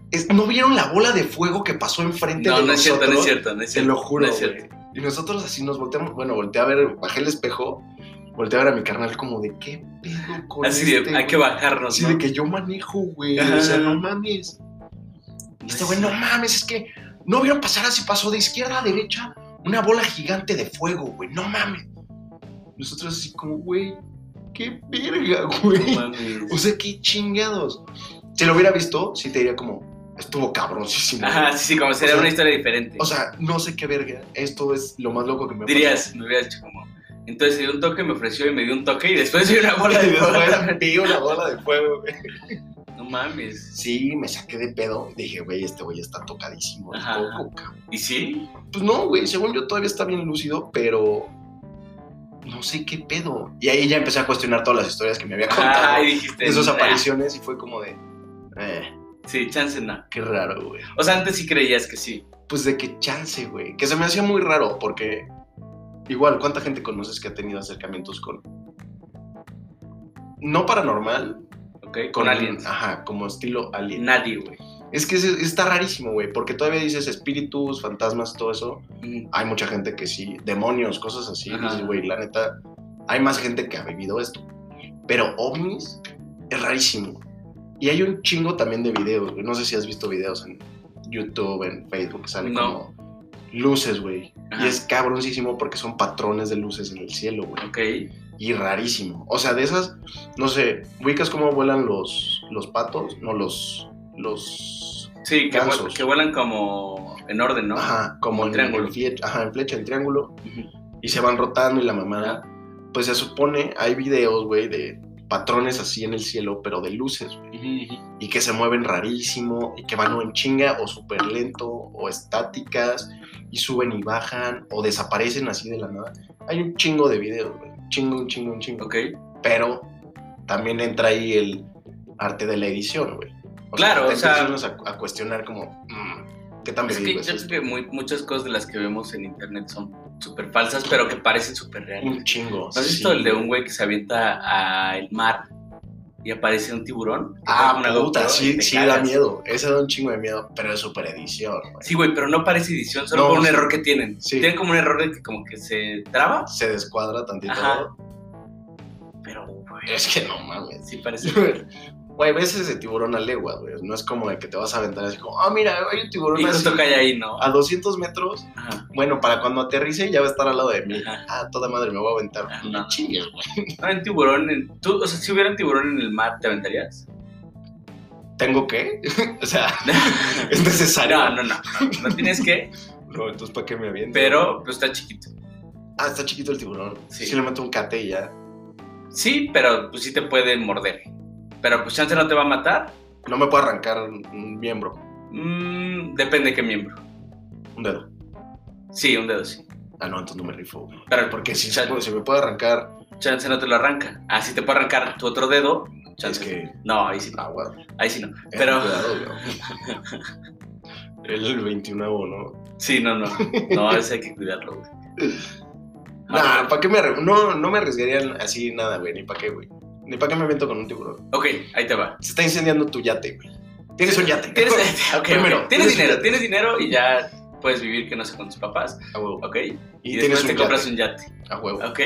Speaker 2: Es- ¿No vieron la bola de fuego que pasó enfrente
Speaker 1: No,
Speaker 2: de
Speaker 1: no es
Speaker 2: nosotros?
Speaker 1: cierto, no es cierto. No es
Speaker 2: Te
Speaker 1: cierto.
Speaker 2: lo juro,
Speaker 1: No es
Speaker 2: güey.
Speaker 1: cierto.
Speaker 2: Y nosotros así nos volteamos. Bueno, volteé a ver, bajé el espejo, volteé a ver a mi carnal como de, ¿qué pedo con
Speaker 1: Así de,
Speaker 2: este,
Speaker 1: hay
Speaker 2: güey?
Speaker 1: que bajarnos,
Speaker 2: Así
Speaker 1: ¿no?
Speaker 2: de que yo manejo, güey.
Speaker 1: Ajá.
Speaker 2: O sea, no mames.
Speaker 1: No
Speaker 2: Y este
Speaker 1: es
Speaker 2: güey, no
Speaker 1: cierto.
Speaker 2: mames, es que no vieron pasar así, pasó de izquierda a derecha una bola gigante de fuego, güey, no mames. Nosotros así como, güey, qué verga, güey.
Speaker 1: No mames.
Speaker 2: O sea, qué chingados. Si lo hubiera visto, sí te diría como, estuvo cabroncísimo.
Speaker 1: Ajá,
Speaker 2: güey.
Speaker 1: sí, sí, como sería
Speaker 2: O sea,
Speaker 1: una historia diferente.
Speaker 2: O sea, no sé qué verga, esto es lo más loco que me ha
Speaker 1: Dirías, me hubiera dicho como. Entonces dio un toque, me ofreció y me dio un toque y después dio una bola
Speaker 2: pasado. Y
Speaker 1: de
Speaker 2: *laughs* después
Speaker 1: bola.
Speaker 2: vi una bola de fuego, güey.
Speaker 1: No mames.
Speaker 2: Sí, me saqué de pedo. Dije, güey, este güey está tocadísimo. de
Speaker 1: Ajá.
Speaker 2: coco, cabrón.
Speaker 1: ¿Y sí?
Speaker 2: Pues no, güey, según yo todavía está bien lúcido, pero no sé qué pedo. Y ahí ya empecé a cuestionar todas las historias que me había contado.
Speaker 1: Ay, Ah, dijiste.
Speaker 2: de sus
Speaker 1: nah.
Speaker 2: apariciones y fue como de, eh,
Speaker 1: Sí, chance no.
Speaker 2: qué raro, güey.
Speaker 1: O sea, antes sí creías que sí.
Speaker 2: Pues de qué chance, güey. Que se me hacía muy raro porque igual, ¿cuánta gente conoces que ha tenido acercamientos con... No paranormal,
Speaker 1: ¿Ok? Con aliens.
Speaker 2: Ajá, como estilo alien.
Speaker 1: Nadie, güey.
Speaker 2: Es que es- está rarísimo, güey, porque todavía dices espíritus, fantasmas, todo eso.
Speaker 1: Mm,
Speaker 2: hay mucha gente que sí, demonios, cosas así,
Speaker 1: Ajá.
Speaker 2: dices, güey, la neta, hay más gente que ha vivido esto. Pero ovnis es rarísimo. Y hay un chingo también de videos, güey. No sé si has visto videos en YouTube, en Facebook, salen
Speaker 1: No.
Speaker 2: como luces, güey.
Speaker 1: Ajá.
Speaker 2: Y es cabroncísimo porque son patrones de luces en el cielo, güey.
Speaker 1: Ok.
Speaker 2: Y rarísimo. O sea, de esas, no sé, ubicas cómo vuelan los, los patos, no los. Los.
Speaker 1: Sí, que,
Speaker 2: Gansos.
Speaker 1: vuel- que vuelan como en orden, ¿no?
Speaker 2: Ajá, como
Speaker 1: Como
Speaker 2: en,
Speaker 1: triángulo.
Speaker 2: en flecha, ajá, en flecha, en triángulo.
Speaker 1: Ujú.
Speaker 2: y se van rotando y la mamada. Pues se supone, hay videos, güey, de patrones así en el cielo, pero de luces, güey,
Speaker 1: Ujú, ujú.
Speaker 2: y que se mueven rarísimo, y que van o en chinga, o súper lento, o estáticas, y suben y bajan, o desaparecen así de la nada. Hay un chingo de videos, güey, un chingo, un chingo, un chingo.
Speaker 1: Ok.
Speaker 2: Pero también entra ahí el arte de la edición, güey. O sea,
Speaker 1: Claro,
Speaker 2: te
Speaker 1: o sea-
Speaker 2: empiezas a, a cuestionar como, mm, ¿qué tan
Speaker 1: Es que
Speaker 2: verídico
Speaker 1: yo creo
Speaker 2: es esto?
Speaker 1: que muy- muchas cosas de las que vemos en internet son súper falsas, pero que parecen súper reales.
Speaker 2: Un
Speaker 1: ¿No
Speaker 2: chingo.
Speaker 1: ¿Has visto
Speaker 2: Mm, sí.
Speaker 1: el de un güey que se avienta al mar y aparece un tiburón?
Speaker 2: Ah,
Speaker 1: Una
Speaker 2: puta,
Speaker 1: GoPro y
Speaker 2: sí,
Speaker 1: te
Speaker 2: sí
Speaker 1: cagas.
Speaker 2: da miedo. Ese da un chingo de miedo, pero es super edición, güey.
Speaker 1: Sí, güey, pero no parece edición, solo
Speaker 2: No,
Speaker 1: por un
Speaker 2: sí.
Speaker 1: error que tienen.
Speaker 2: Sí.
Speaker 1: Tienen como un error de que como que se traba,
Speaker 2: Se descuadra tantito.
Speaker 1: Ajá. pero güey,
Speaker 2: Es que no mames. *laughs*
Speaker 1: sí parece.
Speaker 2: Güey, ves ese tiburón a legua, güey. No es como de que te vas a aventar así como, ah, mira, hay un tiburón
Speaker 1: Y
Speaker 2: así
Speaker 1: justo cae ahí, ¿no?
Speaker 2: a 200 metros.
Speaker 1: Ajá.
Speaker 2: Ah, Bueno, para cuando aterrice ya va a estar al lado de mí.
Speaker 1: Ajá.
Speaker 2: Ah, toda madre, me voy a aventar.
Speaker 1: No.
Speaker 2: No chingues, güey.
Speaker 1: No, en tiburón, en- tú, o sea, si hubiera un tiburón en el mar, ¿te aventarías? *laughs*
Speaker 2: ¿Tengo qué? *laughs* o sea, es necesario.
Speaker 1: No, no, no, no, no tienes que,
Speaker 2: No, entonces, ¿para qué me aviento?
Speaker 1: pero pues, está chiquito.
Speaker 2: Ah, está chiquito el tiburón.
Speaker 1: Sí.
Speaker 2: Sí. le meto un cate y ya.
Speaker 1: Sí, pero pues sí te puede morder. Pero pues chance no te va a matar.
Speaker 2: No me puedo arrancar un un miembro,
Speaker 1: Mm, depende de qué miembro.
Speaker 2: un dedo.
Speaker 1: Sí, un dedo sí.
Speaker 2: Ah, no, entonces no me rifo, güey.
Speaker 1: Pero
Speaker 2: Porque si se,
Speaker 1: Chale.
Speaker 2: puede- se me puede arrancar,
Speaker 1: chance no te lo arranca. Ah, si te puede arrancar tu otro dedo,
Speaker 2: es
Speaker 1: chance.
Speaker 2: que.
Speaker 1: No, ahí sí no.
Speaker 2: Ah, güey.
Speaker 1: Ahí sí no.
Speaker 2: Eh,
Speaker 1: Pero
Speaker 2: cuidado, güey. El 21, ¿no?
Speaker 1: *laughs* sí, no,
Speaker 2: *laughs*
Speaker 1: no. No, ese hay que cuidarlo, güey.
Speaker 2: Nah, ¿para qué me arri- No, no me arriesgarían así nada, güey. Ni para qué, güey. Ni para qué me aviento con un tiburón.
Speaker 1: Ok, ahí te va.
Speaker 2: Se está incendiando tu yate, güey. Tienes un yate. *laughs*
Speaker 1: Tienes, *laughs* ok, ok. tienes
Speaker 2: Primero, tienes
Speaker 1: dinero,
Speaker 2: un-
Speaker 1: tienes dinero y ya puedes vivir que no sé con tus papás,
Speaker 2: A huevo.
Speaker 1: ok.
Speaker 2: Y,
Speaker 1: Y,
Speaker 2: tienes
Speaker 1: después
Speaker 2: un
Speaker 1: te
Speaker 2: yate.
Speaker 1: compras un yate.
Speaker 2: A huevo.
Speaker 1: Ok.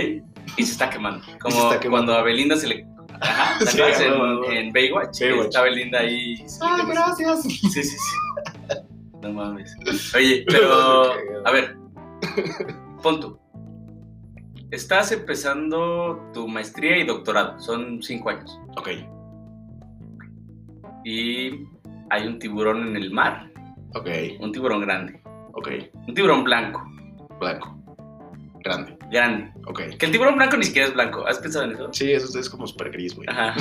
Speaker 1: Y se está quemando. Como
Speaker 2: está
Speaker 1: cuando
Speaker 2: quemando.
Speaker 1: a Belinda se le. Ajá,
Speaker 2: *laughs*
Speaker 1: ¿te
Speaker 2: Sí,
Speaker 1: acuerdas?
Speaker 2: a
Speaker 1: en,
Speaker 2: huevo, a huevo.
Speaker 1: en Baywatch.
Speaker 2: Baywatch.
Speaker 1: Está Belinda ahí. y se le
Speaker 2: Ah,
Speaker 1: quema.
Speaker 2: gracias.
Speaker 1: Sí, sí, sí. No mames. Oye,
Speaker 2: *laughs*
Speaker 1: pero. A ver. Pon tú. Estás empezando tu maestría y doctorado. Son cinco años.
Speaker 2: Ok,
Speaker 1: Y hay un tiburón en el mar.
Speaker 2: ok,
Speaker 1: Un tiburón grande.
Speaker 2: ok.
Speaker 1: Un tiburón blanco.
Speaker 2: Blanco. Grande.
Speaker 1: Grande.
Speaker 2: Ok.
Speaker 1: Que el tiburón blanco ni siquiera es blanco. ¿Has pensado en eso?
Speaker 2: Sí, eso es como super gris, güey.
Speaker 1: Ajá.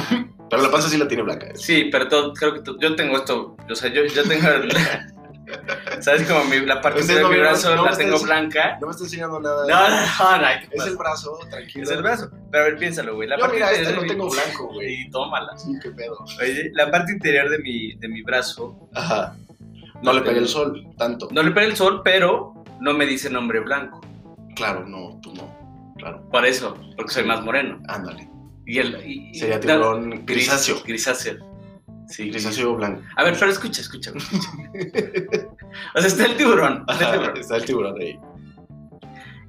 Speaker 2: Pero la panza sí la tiene blanca.
Speaker 1: Sí, pero todo- creo que tú- yo tengo esto, o sea, yo, yo tengo, el- *laughs* ¿sabes? Como mi- la parte
Speaker 2: Ustedes
Speaker 1: de
Speaker 2: no
Speaker 1: mi
Speaker 2: vieron,
Speaker 1: brazo
Speaker 2: no,
Speaker 1: la
Speaker 2: ustedes-
Speaker 1: tengo blanca.
Speaker 2: No me está enseñando nada.
Speaker 1: No, no, no, no, ¿qué
Speaker 2: Es
Speaker 1: pasa?
Speaker 2: el brazo, tranquilo.
Speaker 1: es el brazo. Pero a ver, piénsalo, güey. La
Speaker 2: Yo, mira,
Speaker 1: interior
Speaker 2: este
Speaker 1: de
Speaker 2: lo
Speaker 1: mi-
Speaker 2: tengo blanco, güey.
Speaker 1: Y tómala.
Speaker 2: Sí, qué pedo.
Speaker 1: Oye, la parte interior de mi, de mi brazo,
Speaker 2: Ajá. No le pegué el sol, tanto.
Speaker 1: no le pega el sol, pero no me dice nombre blanco.
Speaker 2: Claro, no, tú no. Claro,
Speaker 1: Por eso, porque soy más moreno.
Speaker 2: ándale.
Speaker 1: Y el, y- y-
Speaker 2: Sería
Speaker 1: no,
Speaker 2: tiburón
Speaker 1: gris-
Speaker 2: grisáceo.
Speaker 1: Grisáceo. Sí,
Speaker 2: Grisáceo blanco.
Speaker 1: A ver, pero escucha, escucha. escucha.
Speaker 2: *laughs*
Speaker 1: o sea, está el tiburón. Está el
Speaker 2: Ajá, *laughs*
Speaker 1: tiburón.
Speaker 2: está el tiburón ahí.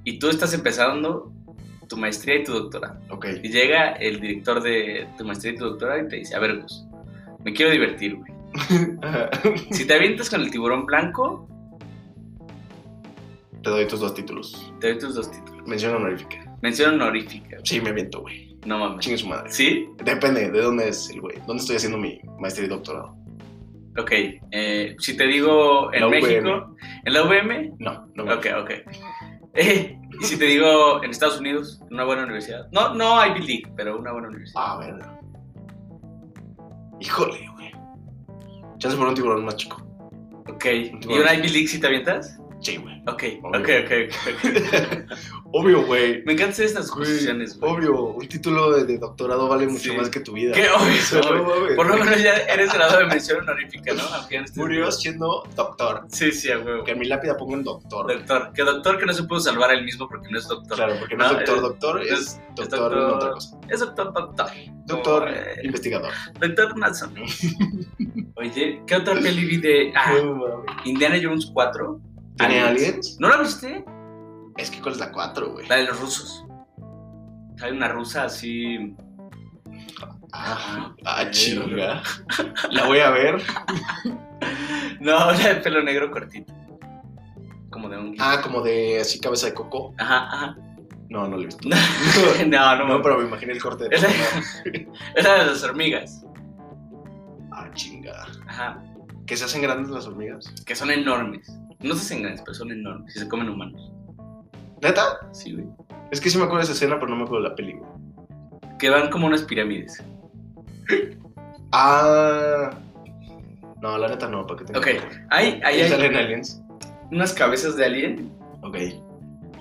Speaker 1: y tú estás empezando tu maestría y tu doctorado.
Speaker 2: Ok,
Speaker 1: Y llega el director de tu maestría y tu doctorado y te dice, a ver, Gus, me quiero divertir, güey.
Speaker 2: Ajá.
Speaker 1: Si te avientas con el tiburón blanco,
Speaker 2: te doy tus dos títulos.
Speaker 1: te doy tus dos títulos.
Speaker 2: Mención honorífica.
Speaker 1: Mención honorífica.
Speaker 2: Sí, me aviento, güey.
Speaker 1: No mames.
Speaker 2: Chingue su madre.
Speaker 1: ¿Sí?
Speaker 2: Depende de dónde es el güey. ¿Dónde estoy haciendo mi maestría y doctorado?
Speaker 1: Ok. eh, si te digo en
Speaker 2: La UVM.
Speaker 1: México, en la UVM.
Speaker 2: No, no me
Speaker 1: Ok, ok. *laughs* Eh, y si te digo en Estados Unidos, en una buena universidad. No, no Ivy League, pero una buena universidad.
Speaker 2: Ah, verga. Híjole, güey. Chance por un tiburón más chico.
Speaker 1: Ok. ¿Y una Ivy League si te avientas?
Speaker 2: Sí, güey. *laughs*
Speaker 1: Ok, ok, ok.
Speaker 2: Obvio.
Speaker 1: ok. *laughs*
Speaker 2: Obvio, güey.
Speaker 1: Me encantan estas cuestiones, güey.
Speaker 2: Obvio, un título de, de doctorado vale mucho
Speaker 1: Sí.
Speaker 2: más que tu vida.
Speaker 1: Qué obvio,
Speaker 2: *laughs* O sea,
Speaker 1: güey.
Speaker 2: no mames.
Speaker 1: Por lo menos ya eres grado de mención honorífica, ¿no? Aunque ya no estés-
Speaker 2: Murió siendo doctor.
Speaker 1: Sí, sí, a huevo.
Speaker 2: Que en mi lápida pongan doctor.
Speaker 1: Doctor. Que doctor que no se pudo salvar él mismo porque no es doctor.
Speaker 2: Claro, porque no,
Speaker 1: No,
Speaker 2: es
Speaker 1: es-
Speaker 2: doctor, doctor, es,
Speaker 1: es-
Speaker 2: doctor,
Speaker 1: es doctor-
Speaker 2: en otra cosa.
Speaker 1: Es doctor, doctor.
Speaker 2: Doctor,
Speaker 1: eh,
Speaker 2: investigador.
Speaker 1: Doctor Mason. Oye, ¿qué otra peli vi de. Ah,
Speaker 2: No mames.
Speaker 1: Indiana Jones 4?
Speaker 2: ¿Tiene
Speaker 1: Aliens.
Speaker 2: aliens?
Speaker 1: ¿No la viste?
Speaker 2: Es que cuál es la 4, güey.
Speaker 1: La de los rusos. Hay una rusa así.
Speaker 2: Ah,
Speaker 1: eh,
Speaker 2: ah chinga. La voy a ver.
Speaker 1: No, *laughs* la de pelo negro cortito. Como de un.
Speaker 2: Ah, como de así cabeza de coco.
Speaker 1: Ajá, *laughs* ajá.
Speaker 2: No, no lo he visto.
Speaker 1: No, no,
Speaker 2: No,
Speaker 1: no.
Speaker 2: pero me imaginé el corte de
Speaker 1: Es la-
Speaker 2: pelo.
Speaker 1: Es la de *laughs* las hormigas.
Speaker 2: Ah, chinga.
Speaker 1: Ajá.
Speaker 2: ¿Que se hacen grandes las hormigas?
Speaker 1: que son enormes. No se hacen grandes, pero son enormes. Y se comen humanos.
Speaker 2: ¿Neta?
Speaker 1: Sí, güey.
Speaker 2: Es que sí me acuerdo de esa escena, pero no me acuerdo de la peli, güey.
Speaker 1: Que van como unas pirámides.
Speaker 2: Ah. No, la neta no, ¿para qué tengo
Speaker 1: Ok,
Speaker 2: que ver?
Speaker 1: hay, hay, hay
Speaker 2: salen aliens?
Speaker 1: unas cabezas de alien,
Speaker 2: Ok.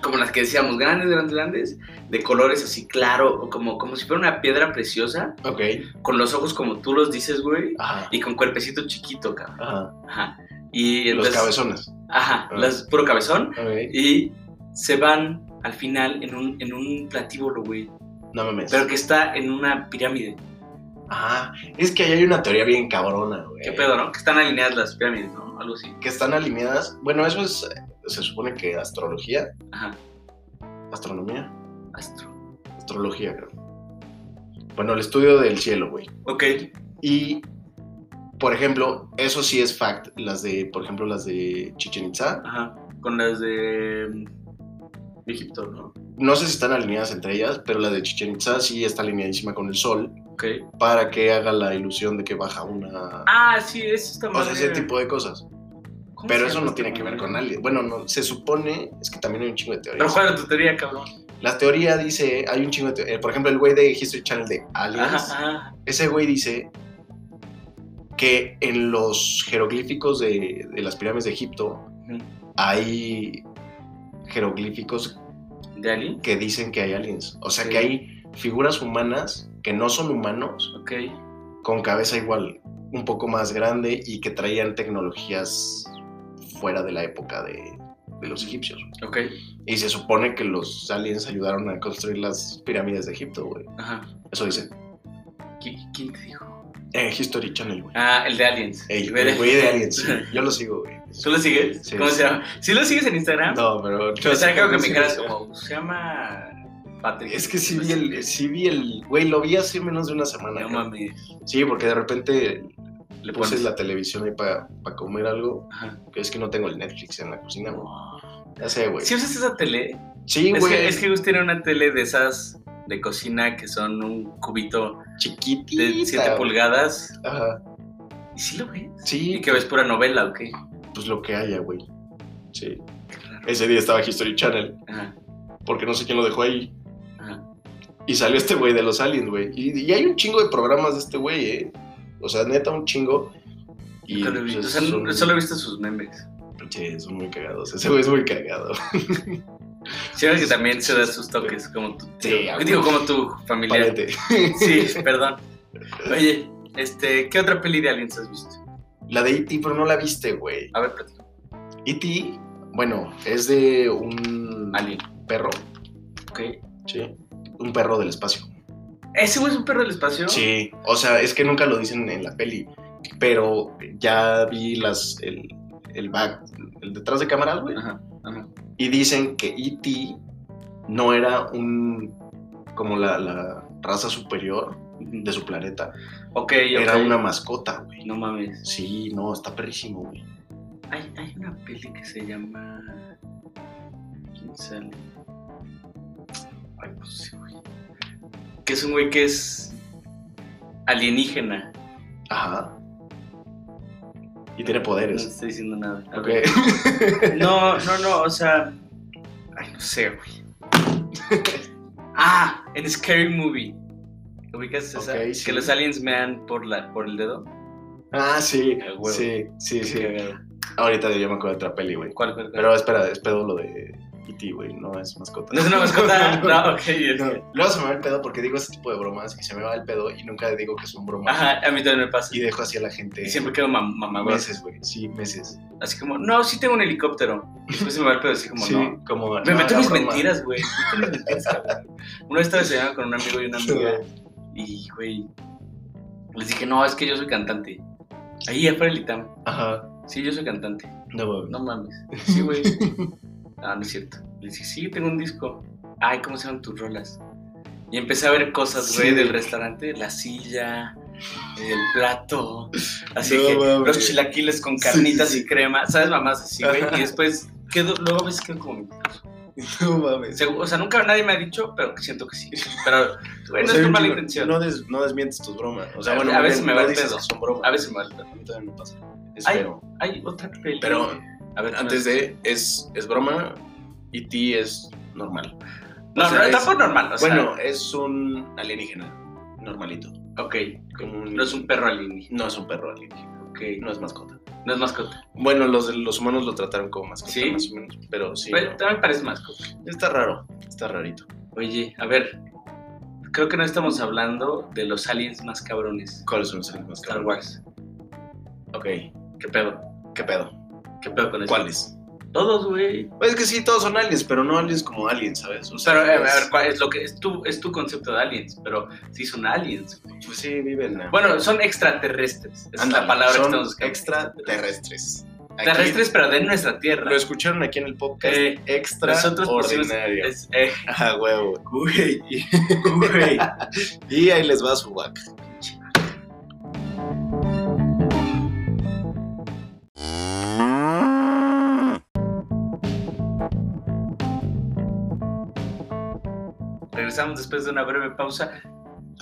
Speaker 1: como las que decíamos, grandes, grandes, grandes, de colores así claro, o como, como si fuera una piedra preciosa,
Speaker 2: Ok.
Speaker 1: con los ojos como tú los dices, güey,
Speaker 2: Ajá.
Speaker 1: y con cuerpecito chiquito, cabrón.
Speaker 2: Ajá.
Speaker 1: Ajá. Y pues-
Speaker 2: Y los
Speaker 1: entonces,
Speaker 2: cabezones.
Speaker 1: Ajá,
Speaker 2: Ah.
Speaker 1: las- puro cabezón.
Speaker 2: Ok.
Speaker 1: Y se van al final en un, en un platíbulo, güey,
Speaker 2: No mames.
Speaker 1: pero que está en una pirámide.
Speaker 2: Ajá. Es que ahí hay una teoría bien cabrona, güey.
Speaker 1: ¿Qué pedo, no? Que están alineadas las pirámides, ¿no? Algo así.
Speaker 2: Que están alineadas. Bueno, eso es. eh, Se supone que astrología.
Speaker 1: Ajá.
Speaker 2: Astronomía.
Speaker 1: Astro.
Speaker 2: Astrología, creo. Bueno, el estudio del cielo, güey.
Speaker 1: Ok.
Speaker 2: Y, por ejemplo, eso sí es fact. Las de, por ejemplo, las de Chichen Itza.
Speaker 1: Ajá. Con las de mm, Egipto, ¿no?
Speaker 2: No sé si están alineadas entre ellas, pero la de Chichen Itza sí está alineadísima con el sol
Speaker 1: Ok.
Speaker 2: para que haga la ilusión de que baja una.
Speaker 1: Ah, sí, es esta
Speaker 2: o sea,
Speaker 1: madre. este
Speaker 2: ese tipo de cosas.
Speaker 1: ¿Cómo se
Speaker 2: Pero
Speaker 1: llama
Speaker 2: eso no
Speaker 1: esta
Speaker 2: tiene que ver
Speaker 1: madre?
Speaker 2: con nadie. Bueno, no, se supone, es que también hay un chingo de teorías.
Speaker 1: Pero cuál es tu teoría, cabrón.
Speaker 2: La teoría dice, hay un chingo de teorías. Por ejemplo, el güey de History Channel de Aliens,
Speaker 1: Ajá, ajá.
Speaker 2: ese güey dice que en los jeroglíficos de, de las pirámides de Egipto
Speaker 1: Ujú.
Speaker 2: hay jeroglíficos
Speaker 1: ¿De alguien?
Speaker 2: que dicen que hay aliens. O sea,
Speaker 1: Sí.
Speaker 2: que hay figuras humanas que no son humanos
Speaker 1: Ok.
Speaker 2: con cabeza igual, un poco más grande y que traían tecnologías fuera de la época de, de los egipcios.
Speaker 1: Ok.
Speaker 2: Y se supone que los aliens ayudaron a construir las pirámides de Egipto, güey.
Speaker 1: Ajá.
Speaker 2: Eso dicen.
Speaker 1: ¿Qui- ¿Quién te dijo?
Speaker 2: En History Channel, güey.
Speaker 1: Ah, el de Aliens.
Speaker 2: El,
Speaker 1: Ve-
Speaker 2: el güey de
Speaker 1: *laughs*
Speaker 2: aliens. sí. Yo lo sigo, güey.
Speaker 1: ¿Tú lo sigues?
Speaker 2: Sí.
Speaker 1: ¿Cómo se llama? ¿Sí lo sigues en Instagram?
Speaker 2: No, pero...
Speaker 1: O sea, creo que me
Speaker 2: Sí,
Speaker 1: quedas
Speaker 2: sí.
Speaker 1: como, se llama Patrick.
Speaker 2: Es que sí vi el... Sí vi el... Güey, lo vi hace menos de una semana.
Speaker 1: No
Speaker 2: creo.
Speaker 1: mames.
Speaker 2: Sí, porque de repente
Speaker 1: Le
Speaker 2: puse
Speaker 1: pones
Speaker 2: la televisión ahí para comer algo.
Speaker 1: Ajá.
Speaker 2: Que es que no tengo el Netflix en la cocina, güey. Ya sé, güey.
Speaker 1: ¿Sí usas esa tele?
Speaker 2: Sí,
Speaker 1: es,
Speaker 2: güey.
Speaker 1: que, es que Gus tiene una tele de esas de cocina que son un cubito
Speaker 2: Chiquitita.
Speaker 1: de 7 pulgadas.
Speaker 2: Ajá.
Speaker 1: ¿Y sí lo ves?
Speaker 2: Sí,
Speaker 1: ¿Y que ves pura novela o qué?
Speaker 2: pues lo que haya, güey. Sí.
Speaker 1: Qué raro.
Speaker 2: Ese día estaba History Channel.
Speaker 1: Ajá,
Speaker 2: porque no sé quién lo dejó ahí.
Speaker 1: ajá.
Speaker 2: Y salió este güey de los aliens, güey. Y, y hay un chingo de programas de este güey, ¿eh? O sea, neta, un chingo. Y
Speaker 1: Nunca lo he visto.
Speaker 2: pues,
Speaker 1: O sea,
Speaker 2: son,
Speaker 1: solo he visto sus memes.
Speaker 2: Sí, son muy cagados. Ese güey es muy cagado.
Speaker 1: Sí, es que también se da sus toques, como tu tío.
Speaker 2: Sí, a
Speaker 1: Digo,
Speaker 2: huevo.
Speaker 1: como tu familia.
Speaker 2: Párate.
Speaker 1: Sí,
Speaker 2: *laughs*
Speaker 1: perdón. Oye, este, ¿qué otra peli de aliens has visto?
Speaker 2: La de E.T., pero no la viste, güey.
Speaker 1: A ver, pues, platica.
Speaker 2: E.T., bueno, es de un
Speaker 1: Alien.
Speaker 2: perro.
Speaker 1: Ok.
Speaker 2: Sí. Un perro del espacio.
Speaker 1: ¿Ese güey es un perro del espacio?
Speaker 2: Sí. O sea, es que nunca lo dicen en la peli. Pero ya vi las. El, el back. El detrás de cámaras, güey.
Speaker 1: Ajá, ajá.
Speaker 2: Y dicen que E.T. no era un. como la, la raza superior de su planeta.
Speaker 1: Ok, ok.
Speaker 2: Era una mascota, güey.
Speaker 1: No mames.
Speaker 2: Sí, no, está perrísimo, güey.
Speaker 1: Hay, hay una peli que se llama. ¿Quién sale? Ay, pues sí, güey. Que es un güey que es alienígena.
Speaker 2: Ajá. Y tiene
Speaker 1: No
Speaker 2: poderes.
Speaker 1: estoy diciendo nada. A
Speaker 2: Ok.
Speaker 1: ver. No, no, no, o sea. Ay, no sé, güey. Ah, en Scary Movie. ¿Ubicas esa?
Speaker 2: Ok, sí.
Speaker 1: Que los aliens mean por, la, por el dedo.
Speaker 2: *laughs* Ah, sí.
Speaker 1: Ah, huevo.
Speaker 2: Sí, sí,
Speaker 1: Qué
Speaker 2: sí.
Speaker 1: cagado.
Speaker 2: Ahorita yo me acuerdo de otra peli, güey.
Speaker 1: ¿Cuál, cuál, cuál?
Speaker 2: Pero espera, es pedo lo de E.T., güey. No es mascota.
Speaker 1: ¿No es una mascota?
Speaker 2: *laughs*
Speaker 1: no, ok. ok.
Speaker 2: No, Luego se me va el pedo porque digo ese tipo de bromas y se me va el pedo y nunca digo que es un broma.
Speaker 1: Ajá, a mí también me pasa.
Speaker 2: Y dejo así a la gente.
Speaker 1: Siempre quedo mam mamá,
Speaker 2: meses, güey. Sí, meses.
Speaker 1: Así como, no, sí tengo un helicóptero. Después se me va el pedo así como,
Speaker 2: sí,
Speaker 1: no.
Speaker 2: como
Speaker 1: Me
Speaker 2: no,
Speaker 1: meto
Speaker 2: era
Speaker 1: mis
Speaker 2: broma.
Speaker 1: mentiras, güey. Me meto mis mentiras, cabrón. Una vez estaba desayunando con un amigo y una amiga. Y, güey, les dije, no, es que yo soy cantante. Ahí afuera el ITAM.
Speaker 2: Ajá.
Speaker 1: Sí, yo soy cantante.
Speaker 2: No, mames.
Speaker 1: No mames. Sí, güey. Ah, no es cierto. Les dije, sí, tengo un disco. Ay, ¿cómo se llaman tus rolas? Y empecé a ver cosas, güey,
Speaker 2: Sí.
Speaker 1: del restaurante. La silla, el plato. Así
Speaker 2: No
Speaker 1: que
Speaker 2: mames.
Speaker 1: los chilaquiles con
Speaker 2: Sí,
Speaker 1: carnitas
Speaker 2: sí,
Speaker 1: y crema. ¿Sabes, mamás? Así, güey.
Speaker 2: Ajá.
Speaker 1: Y después, quedo, luego a veces quedo como...
Speaker 2: *laughs* No mames.
Speaker 1: segu- O sea, nunca nadie me ha dicho, pero siento que sí. Pero, güey,
Speaker 2: O
Speaker 1: no es
Speaker 2: sea,
Speaker 1: por
Speaker 2: un
Speaker 1: mala
Speaker 2: chingo-
Speaker 1: intención.
Speaker 2: No, des- no desmientes tus bromas. O sea,
Speaker 1: A-
Speaker 2: bueno,
Speaker 1: a veces
Speaker 2: no-
Speaker 1: me
Speaker 2: no
Speaker 1: va el
Speaker 2: dices
Speaker 1: pedo.
Speaker 2: que son bromas.
Speaker 1: A veces me va el pedo.
Speaker 2: A mí también me pasa.
Speaker 1: Ay.
Speaker 2: Espero.
Speaker 1: Hay otra peli.
Speaker 2: Pero
Speaker 1: a ver,
Speaker 2: antes de. Es, es broma y ti es normal.
Speaker 1: No,
Speaker 2: o sea,
Speaker 1: no,
Speaker 2: es-
Speaker 1: tampoco normal. O sea,
Speaker 2: bueno, es un alienígena. Normalito.
Speaker 1: ok.
Speaker 2: Como un-
Speaker 1: No es un perro alienígena.
Speaker 2: No es un perro alienígena.
Speaker 1: Ok.
Speaker 2: No es mascota.
Speaker 1: No es mascota.
Speaker 2: Bueno, los, los humanos lo trataron como mascota,
Speaker 1: ¿Sí? Pues,
Speaker 2: más o menos. Pero sí.
Speaker 1: Pero
Speaker 2: no.
Speaker 1: también parece mascota.
Speaker 2: Está raro. Está rarito.
Speaker 1: Oye, a ver. Creo que no estamos hablando de los aliens más cabrones.
Speaker 2: ¿Cuáles son los animales más
Speaker 1: Star
Speaker 2: cabrones?
Speaker 1: Wars.
Speaker 2: Ok.
Speaker 1: ¿Qué pedo?
Speaker 2: ¿Qué pedo?
Speaker 1: ¿Qué pedo con eso?
Speaker 2: ¿Cuáles?
Speaker 1: Todos, güey.
Speaker 2: Pues es que sí, todos son aliens, pero no aliens como aliens, ¿sabes? O sea,
Speaker 1: Pero, eh, a
Speaker 2: es-
Speaker 1: ver, ¿cuál es lo que es tu, es tu concepto de aliens? Pero sí son aliens. güey.
Speaker 2: Pues sí, viven. eh.
Speaker 1: Bueno, son extraterrestres. Esa es
Speaker 2: Ándale,
Speaker 1: la palabra que
Speaker 2: son
Speaker 1: estamos buscando.
Speaker 2: extraterrestres. Aquí-
Speaker 1: Terrestres, pero de nuestra Tierra.
Speaker 2: Lo escucharon aquí en el podcast.
Speaker 1: Eh,
Speaker 2: extra
Speaker 1: Nosotros pusimos-
Speaker 2: ordinario.
Speaker 1: es- eh,
Speaker 2: Ah, huevo. Güey. Y ahí les va su vaca.
Speaker 1: *laughs* regresamos después de una breve pausa.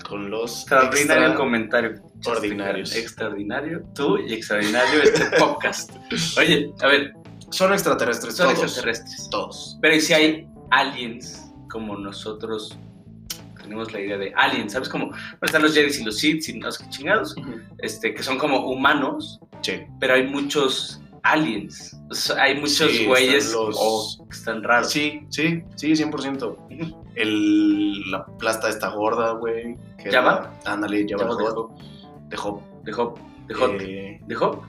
Speaker 2: Con los
Speaker 1: Extraordinario
Speaker 2: extra-
Speaker 1: comentario.
Speaker 2: ordinarios.
Speaker 1: Extraordinario. Tú y extraordinario este *laughs* podcast. Oye, a ver,
Speaker 2: Son extraterrestres
Speaker 1: son
Speaker 2: todos.
Speaker 1: extraterrestres.
Speaker 2: Todos.
Speaker 1: Pero ¿y si hay aliens como nosotros tenemos la idea de aliens, ¿sabes? Como bueno, están los Jedi y los Sith y los chingados, este, que son como humanos,
Speaker 2: Sí.
Speaker 1: pero hay muchos aliens. O sea, hay muchos
Speaker 2: Sí,
Speaker 1: güeyes
Speaker 2: están los-
Speaker 1: o que están raros.
Speaker 2: Sí, sí, sí, 100%. El, la plasta está gorda, güey. que
Speaker 1: ¿Java?
Speaker 2: era- Ándale, Java.
Speaker 1: Java
Speaker 2: de
Speaker 1: de
Speaker 2: Hot. De
Speaker 1: De
Speaker 2: Hop.
Speaker 1: Hop, de Hop,
Speaker 2: Eh,
Speaker 1: de Hop.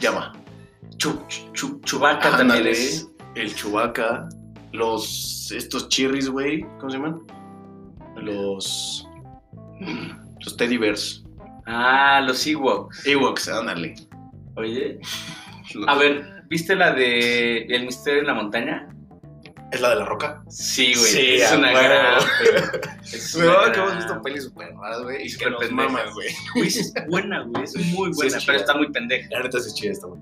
Speaker 2: Java.
Speaker 1: Chu- chu- chu-
Speaker 2: Ah,
Speaker 1: Chewbacca también
Speaker 2: Ándale,
Speaker 1: es.
Speaker 2: El Chubaca. Los. Estos chirris, güey. ¿Cómo se llaman? Los. Los teddy bears.
Speaker 1: Ah, los Ewoks.
Speaker 2: Ewoks, ándale.
Speaker 1: Oye,
Speaker 2: Los-
Speaker 1: a ver, ¿viste la de El misterio en la montaña?
Speaker 2: ¿Es la de la roca?
Speaker 1: Sí, güey.
Speaker 2: Sí,
Speaker 1: es
Speaker 2: a
Speaker 1: una
Speaker 2: huevo. *laughs*
Speaker 1: gran. peli. Es
Speaker 2: No,
Speaker 1: una
Speaker 2: que hemos
Speaker 1: gran-
Speaker 2: visto pelis super raras, güey. Y que
Speaker 1: Súper
Speaker 2: nos
Speaker 1: pendejas.
Speaker 2: maman, güey.
Speaker 1: Güey, sí es buena, güey. Es muy
Speaker 2: Sí,
Speaker 1: buena,
Speaker 2: es chida.
Speaker 1: pero está muy pendeja.
Speaker 2: La neta sí es chida esta, güey.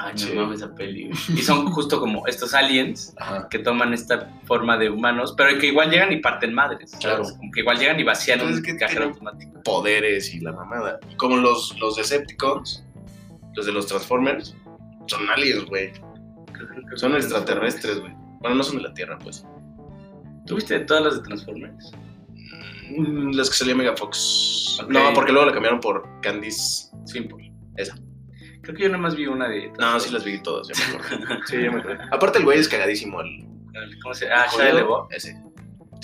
Speaker 1: Ay,
Speaker 2: Sí.
Speaker 1: no mames esa peli, güey. Y son justo como estos aliens
Speaker 2: Ajá.
Speaker 1: que toman esta forma de humanos, pero que igual llegan y parten madres. ¿sabes?
Speaker 2: Claro.
Speaker 1: Como que igual llegan y vacían un
Speaker 2: Entonces, ¿qué
Speaker 1: cajero
Speaker 2: tiene?
Speaker 1: automático.
Speaker 2: Poderes y la mamada. Como los, los Decepticons, los de los Transformers, son aliens, güey. Son extraterrestres, güey. Bueno, no son de la Tierra, pues.
Speaker 1: ¿Tú viste todas las de Transformers?
Speaker 2: Mm, Las que salía Megafox.
Speaker 1: Ok.
Speaker 2: No, porque luego la cambiaron por Candice.
Speaker 1: Simple.
Speaker 2: Esa.
Speaker 1: Creo que yo nada más vi una de.
Speaker 2: No, sí las vi todas, ya
Speaker 1: *laughs*
Speaker 2: me acuerdo. *laughs* sí, ya me acuerdo. Aparte, el güey es cagadísimo. El
Speaker 1: ¿Cómo se llama? Ah,
Speaker 2: judío,
Speaker 1: Shia LaBeouf.
Speaker 2: Ese.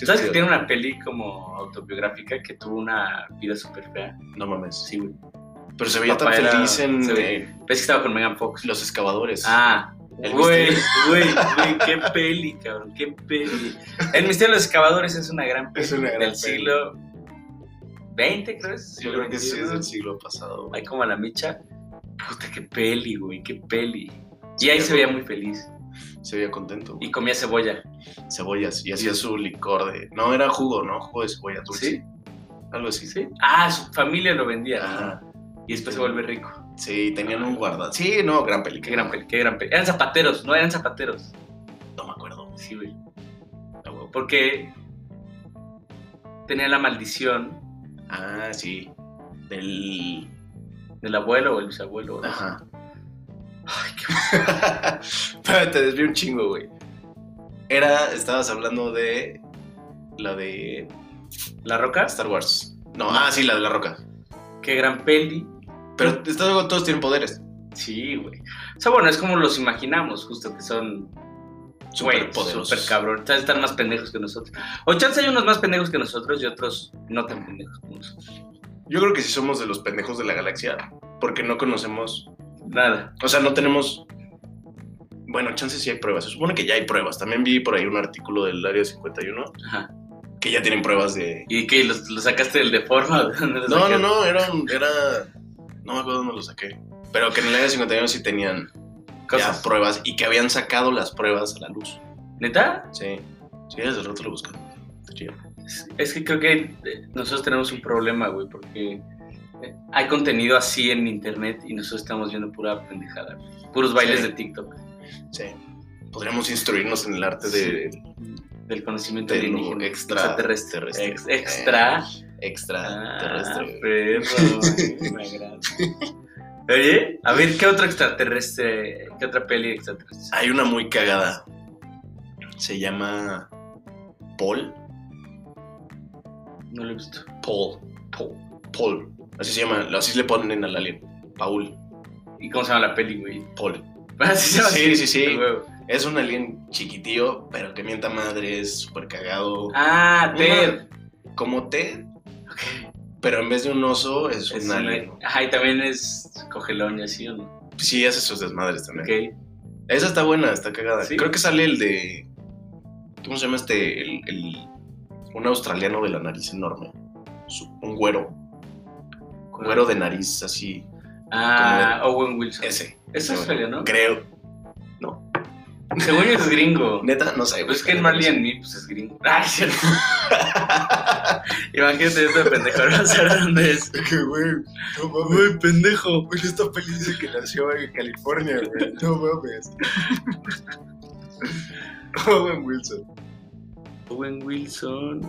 Speaker 1: ¿Sabes que tiene una peli como autobiográfica que tuvo una vida súper fea?
Speaker 2: No mames.
Speaker 1: Sí, güey.
Speaker 2: Pero se veía tan
Speaker 1: Papá era-
Speaker 2: feliz en
Speaker 1: se ve-
Speaker 2: eh,
Speaker 1: ¿Ves que estaba con Megan Fox?
Speaker 2: Los Excavadores.
Speaker 1: Ah,
Speaker 2: El
Speaker 1: güey,
Speaker 2: misterio.
Speaker 1: güey, güey, qué peli, cabrón, qué peli. El misterio de los excavadores es una gran peli
Speaker 2: Es una gran
Speaker 1: del
Speaker 2: peli.
Speaker 1: siglo XX, creo. es,
Speaker 2: Yo creo que sí,
Speaker 1: siglo
Speaker 2: es del
Speaker 1: XXI.
Speaker 2: siglo pasado. güey.
Speaker 1: Ay, como a la micha. Puta, qué peli, güey, qué peli. Y ahí
Speaker 2: Sí,
Speaker 1: se veía muy feliz.
Speaker 2: Se veía contento. güey.
Speaker 1: Y comía cebolla.
Speaker 2: cebollas y hacía su licor de. No, era jugo, ¿no? Jugo de cebolla dulce.
Speaker 1: ¿Sí?
Speaker 2: Algo así.
Speaker 1: ¿Sí? Ah, su familia lo vendía.
Speaker 2: Ajá.
Speaker 1: Y después se vuelve rico.
Speaker 2: Sí, tenían un guarda. Sí, no, gran película.
Speaker 1: Qué gran peli, qué gran peli. Eran zapateros, no eran zapateros.
Speaker 2: No me acuerdo.
Speaker 1: Sí, güey.
Speaker 2: Ah, huevo.
Speaker 1: Porque tenía la maldición
Speaker 2: Ah, sí. Del.
Speaker 1: del abuelo o el bisabuelo. ¿no?
Speaker 2: Ajá. Ay, qué. *laughs* Pero te desvié un chingo, güey. Era. Estabas hablando de. La de.
Speaker 1: ¿La Roca?
Speaker 2: Star Wars. No, ah, sí, la de la roca.
Speaker 1: Qué gran peli.
Speaker 2: Pero estás luego todos tienen poderes.
Speaker 1: Sí, güey. O sea, bueno, es como los imaginamos, justo que son, güey,
Speaker 2: Superpoderosos.
Speaker 1: súper cabrón. O sea, están más pendejos que nosotros. O chance hay unos más pendejos que nosotros y otros no tan pendejos como nosotros.
Speaker 2: Yo creo que sí somos de los pendejos de la galaxia. Porque no conocemos
Speaker 1: Nada.
Speaker 2: O sea, no tenemos. Bueno, chances sí hay pruebas. Se supone que ya hay pruebas. También vi por ahí un artículo del Área 51
Speaker 1: Ajá.
Speaker 2: que ya tienen pruebas de.
Speaker 1: ¿Y qué? ¿Lo, lo sacaste del de *laughs* forma? ¿De dónde lo
Speaker 2: No, no,
Speaker 1: sacaste?
Speaker 2: no, era. un- era... No me acuerdo dónde lo saqué. Pero que en el Área 51 sí tenían ya
Speaker 1: Cosas.
Speaker 2: pruebas y que habían sacado las pruebas a la luz.
Speaker 1: ¿Neta?
Speaker 2: Sí. Sí, desde el rato lo buscan. Está chido.
Speaker 1: Es, es que creo que eh, nosotros tenemos un problema, güey, porque eh, hay contenido así en internet y nosotros estamos viendo pura pendejada. güey. Puros bailes
Speaker 2: Sí.
Speaker 1: de TikTok.
Speaker 2: Sí. Podríamos instruirnos en el arte de,
Speaker 1: Del conocimiento
Speaker 2: de lo
Speaker 1: alienígena,
Speaker 2: extra-
Speaker 1: extraterrestre.
Speaker 2: terrestre.
Speaker 1: Ex- extra.
Speaker 2: Eh,
Speaker 1: Ah,
Speaker 2: extraterrestre.
Speaker 1: *laughs* perro, güey, me agrada. Oye, a ver, ¿qué otro extraterrestre? ¿Qué otra peli extraterrestre?
Speaker 2: Hay una muy cagada. Se llama. Paul.
Speaker 1: No lo he visto.
Speaker 2: Paul. Paul. Paul. Así se llama. Así le ponen al alien. Paul.
Speaker 1: ¿Y cómo se llama la peli, güey? *laughs*
Speaker 2: Paul.
Speaker 1: Así se llama,
Speaker 2: Sí, sí, sí.
Speaker 1: a huevo.
Speaker 2: Es un alien chiquitío, pero que mienta madre, es súper cagado.
Speaker 1: Ah,
Speaker 2: Una-
Speaker 1: Ted.
Speaker 2: Como Ted, pero en vez de un oso, es,
Speaker 1: Es
Speaker 2: un alien.
Speaker 1: una- Ajá, y también es cogelón y así, ¿o no?
Speaker 2: Sí, hace sus desmadres también.
Speaker 1: Ok.
Speaker 2: Esa está buena, está cagada.
Speaker 1: Sí.
Speaker 2: Creo que sale el de. ¿Cómo se llama este? El, el- un australiano de la nariz enorme. Su- Un güero. Güero de nariz, así.
Speaker 1: Ah, Owen Wilson.
Speaker 2: Ese.
Speaker 1: Es australiano, ¿no?
Speaker 2: Creo.
Speaker 1: Según yo es *laughs* gringo.
Speaker 2: Neta, no sé. güey.
Speaker 1: Pues que el Marley en mí, pues es gringo. *laughs* Ay, sí. Imagínate este pendejo, no sé dónde es.
Speaker 2: Que, güey, no mames.
Speaker 1: Güey, pendejo.
Speaker 2: Güey, esta peli dice que nació en California, güey. *laughs* No mames. Owen Wilson.
Speaker 1: Owen Wilson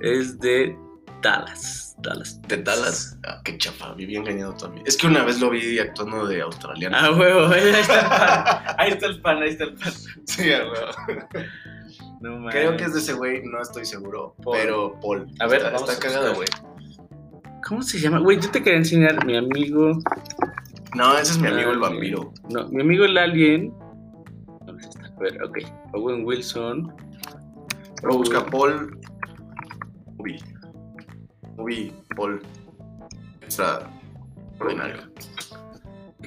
Speaker 1: es de Dallas. Dallas.
Speaker 2: ¿De Dallas? Ah, qué chafa, viví engañado también. Es que una vez lo vi actuando de australiano.
Speaker 1: Ah, huevo, ahí
Speaker 2: *laughs*
Speaker 1: está el pan. Ahí está el pan, ahí está el pan.
Speaker 2: sí, a huevo.
Speaker 1: No mames.
Speaker 2: Creo que es de ese güey, no estoy seguro.
Speaker 1: Paul.
Speaker 2: Pero Paul.
Speaker 1: A ver,
Speaker 2: está,
Speaker 1: vamos
Speaker 2: está
Speaker 1: a
Speaker 2: cagado, güey.
Speaker 1: buscar. ¿Cómo se llama? Güey, yo te quería enseñar mi amigo.
Speaker 2: No, ese es mi amigo el
Speaker 1: Ah,
Speaker 2: vampiro.
Speaker 1: No, mi amigo el alien. ¿Dónde está? A ver, ok. Owen Wilson.
Speaker 2: Pero busca Paul. Ubi. Ubi, Paul. Está ordinario.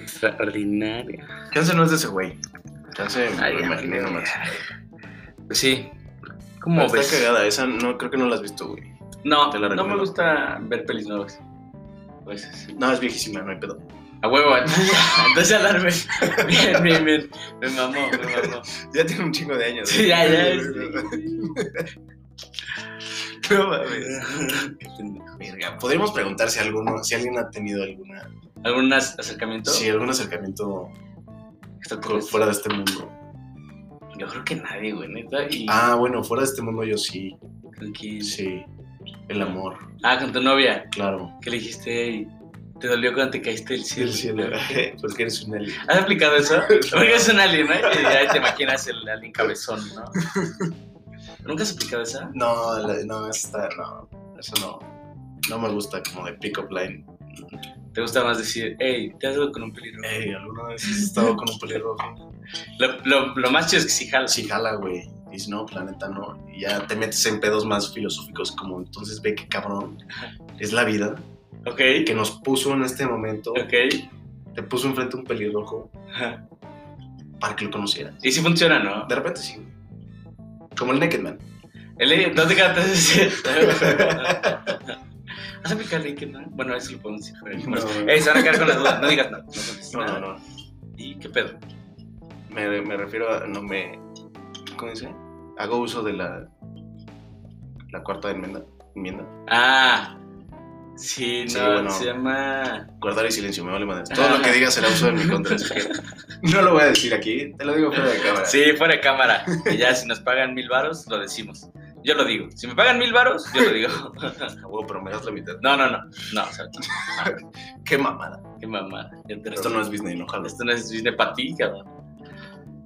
Speaker 1: Extraordinaria.
Speaker 2: Chance no es de ese güey. Chance me
Speaker 1: Ay,
Speaker 2: lo imaginé
Speaker 1: amigo.
Speaker 2: nomás.
Speaker 1: Sí.
Speaker 2: Pero
Speaker 1: ¿Cómo
Speaker 2: Está
Speaker 1: ves?
Speaker 2: cagada, esa no, creo que no la has visto, güey.
Speaker 1: No,
Speaker 2: Te la
Speaker 1: no me
Speaker 2: recomiendo.
Speaker 1: gusta ver pelis nuevas. Pues, sí.
Speaker 2: No, es viejísima, no hay pedo.
Speaker 1: a huevo, entonces *laughs* entonces alarme. Bien, bien, bien. Me mamó, me mamó.
Speaker 2: Ya tiene un chingo de años.
Speaker 1: Sí, ya, ya.
Speaker 2: *laughs* No mames.
Speaker 1: sí.
Speaker 2: Verga, podríamos preguntar si alguno, si alguien ha tenido alguna,
Speaker 1: ¿Algún as- acercamiento?
Speaker 2: sí, algún acercamiento con-
Speaker 1: Extraterrestre.
Speaker 2: fuera de este mundo.
Speaker 1: Yo creo que nadie, güey, neta. Y
Speaker 2: Ah, bueno, fuera de este mundo yo sí,
Speaker 1: tranquilo.
Speaker 2: sí. El amor,
Speaker 1: Ah, con tu novia.
Speaker 2: claro.
Speaker 1: ¿Qué le dijiste? Y te dolió cuando te caíste del cielo.
Speaker 2: El cielo, *laughs* porque eres
Speaker 1: *laughs*
Speaker 2: un alien.
Speaker 1: ¿Has aplicado eso? Porque es un alien, ¿no? Y ahí te imaginas el alien cabezón, ¿no? ¿Nunca has aplicado esa?
Speaker 2: No, la- no, esta, no, eso no. No me gusta como de pick-up line.
Speaker 1: ¿Te gusta más decir, hey, te has dado con un peligro?
Speaker 2: Ey, ¿alguna vez has estado con un pelirrojo?
Speaker 1: Lo, lo- lo más chido es que sí jala.
Speaker 2: Sí, jala, güey. Dices, no, planeta, no. Y ya te metes en pedos más filosóficos, como entonces ve que cabrón es la vida
Speaker 1: Ok,
Speaker 2: que nos puso en este momento.
Speaker 1: ok.
Speaker 2: Te puso enfrente un pelirrojo
Speaker 1: Ajá.
Speaker 2: para que lo conocieras.
Speaker 1: Y sí funciona, ¿no?
Speaker 2: De repente sí. güey. Como el Naked Man.
Speaker 1: El, no te cantas decir.
Speaker 2: *laughs*
Speaker 1: ¿Has aplicado el LinkedIn? Bueno, eso lo podemos decir. fuera de
Speaker 2: *laughs*
Speaker 1: cámaras.
Speaker 2: No.
Speaker 1: Ey, se van a quedar con las dudas. No digas nada. No, contestes
Speaker 2: No,
Speaker 1: nada.
Speaker 2: no, no.
Speaker 1: ¿Y qué pedo?
Speaker 2: Me, me refiero a. No me. ¿Cómo dice? Hago uso de la. La cuarta enmienda. enmienda.
Speaker 1: Ah, sí, no,
Speaker 2: Sí, bueno.
Speaker 1: se llama.
Speaker 2: Guardar el silencio, me vale madre. Todo lo que diga será uso de mi contra. así que No lo voy a decir aquí, te lo digo fuera de cámara.
Speaker 1: Sí, fuera de cámara. Y ya, si nos pagan mil varos, lo decimos. Yo lo digo. Si me pagan mil varos, yo lo digo. *laughs*
Speaker 2: Ah, huevo, pero me das la mitad.
Speaker 1: No, no, no. No, o sea,
Speaker 2: Qué mamada.
Speaker 1: qué mamada. Ya te-
Speaker 2: Esto no es Disney, no jales.
Speaker 1: Esto no es Disney para ti, cabrón.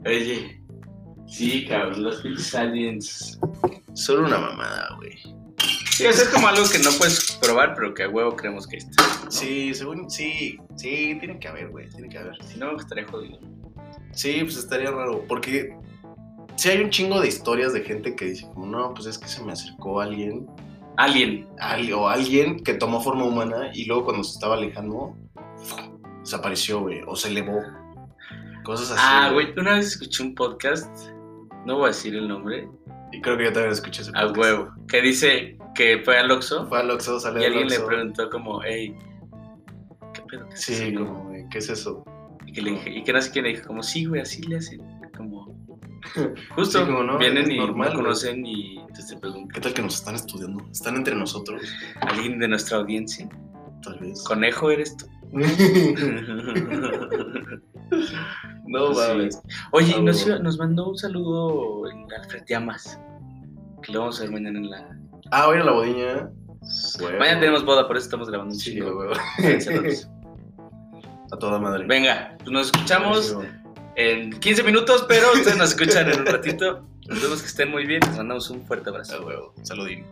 Speaker 1: Oye. Sí, cabrón, los pinches aliens.
Speaker 2: Solo una mamada, güey.
Speaker 1: Sí, eso es como algo que no puedes probar, pero que a huevo creemos que está. ¿no?
Speaker 2: Sí, según. Sí, sí, tiene que haber, güey. Tiene que haber.
Speaker 1: Si no, estaría jodido.
Speaker 2: Sí, pues estaría raro, porque sí hay un chingo de historias de gente que dice, como, no, pues es que se me acercó alguien,
Speaker 1: Alien.
Speaker 2: al- o alguien que tomó forma humana y luego cuando se estaba alejando, desapareció, güey, o se elevó. Cosas así.
Speaker 1: Ah, güey, una vez escuché un podcast. No voy a decir el nombre.
Speaker 2: Y creo que yo también escuché ese
Speaker 1: A
Speaker 2: podcast.
Speaker 1: huevo. Que dice que fue al Oxxo
Speaker 2: Fue al Oxxo, sale
Speaker 1: y
Speaker 2: del
Speaker 1: alguien le
Speaker 2: Oxxo.
Speaker 1: preguntó como, hey, ¿qué pedo? ¿Qué es
Speaker 2: Sí,
Speaker 1: eso?", ¿no?
Speaker 2: como, güey, ¿qué es eso?
Speaker 1: Y que, le dije- y que no sé quién le dijo, como, sí, güey, así le hacen.
Speaker 2: *laughs*
Speaker 1: Como, justo,
Speaker 2: Sí, como, no,
Speaker 1: vienen
Speaker 2: es
Speaker 1: y
Speaker 2: normal,
Speaker 1: no
Speaker 2: güey.
Speaker 1: conocen y entonces te preguntan,
Speaker 2: ¿Qué tal que nos están estudiando? ¿Están entre nosotros?
Speaker 1: ¿alguien de nuestra audiencia?
Speaker 2: Tal vez.
Speaker 1: ¿Conejo eres
Speaker 2: *laughs*
Speaker 1: tú?
Speaker 2: no
Speaker 1: Sí.
Speaker 2: mames.
Speaker 1: Oye,
Speaker 2: Ah,
Speaker 1: nos,
Speaker 2: huevo.
Speaker 1: nos mandó un saludo en Alfred Llamas, que lo vamos a ver mañana en la...
Speaker 2: Ah, oye, la bodiña. Huevo.
Speaker 1: Mañana tenemos boda, por eso estamos grabando un
Speaker 2: Sí,
Speaker 1: chingo.
Speaker 2: huevo. *laughs*
Speaker 1: Saludos.
Speaker 2: A toda madre.
Speaker 1: Venga, pues nos escuchamos. en 15 minutos, pero ustedes nos escuchan en un ratito. Nos vemos que estén muy bien. Les mandamos un fuerte abrazo.
Speaker 2: A huevo. Saludín.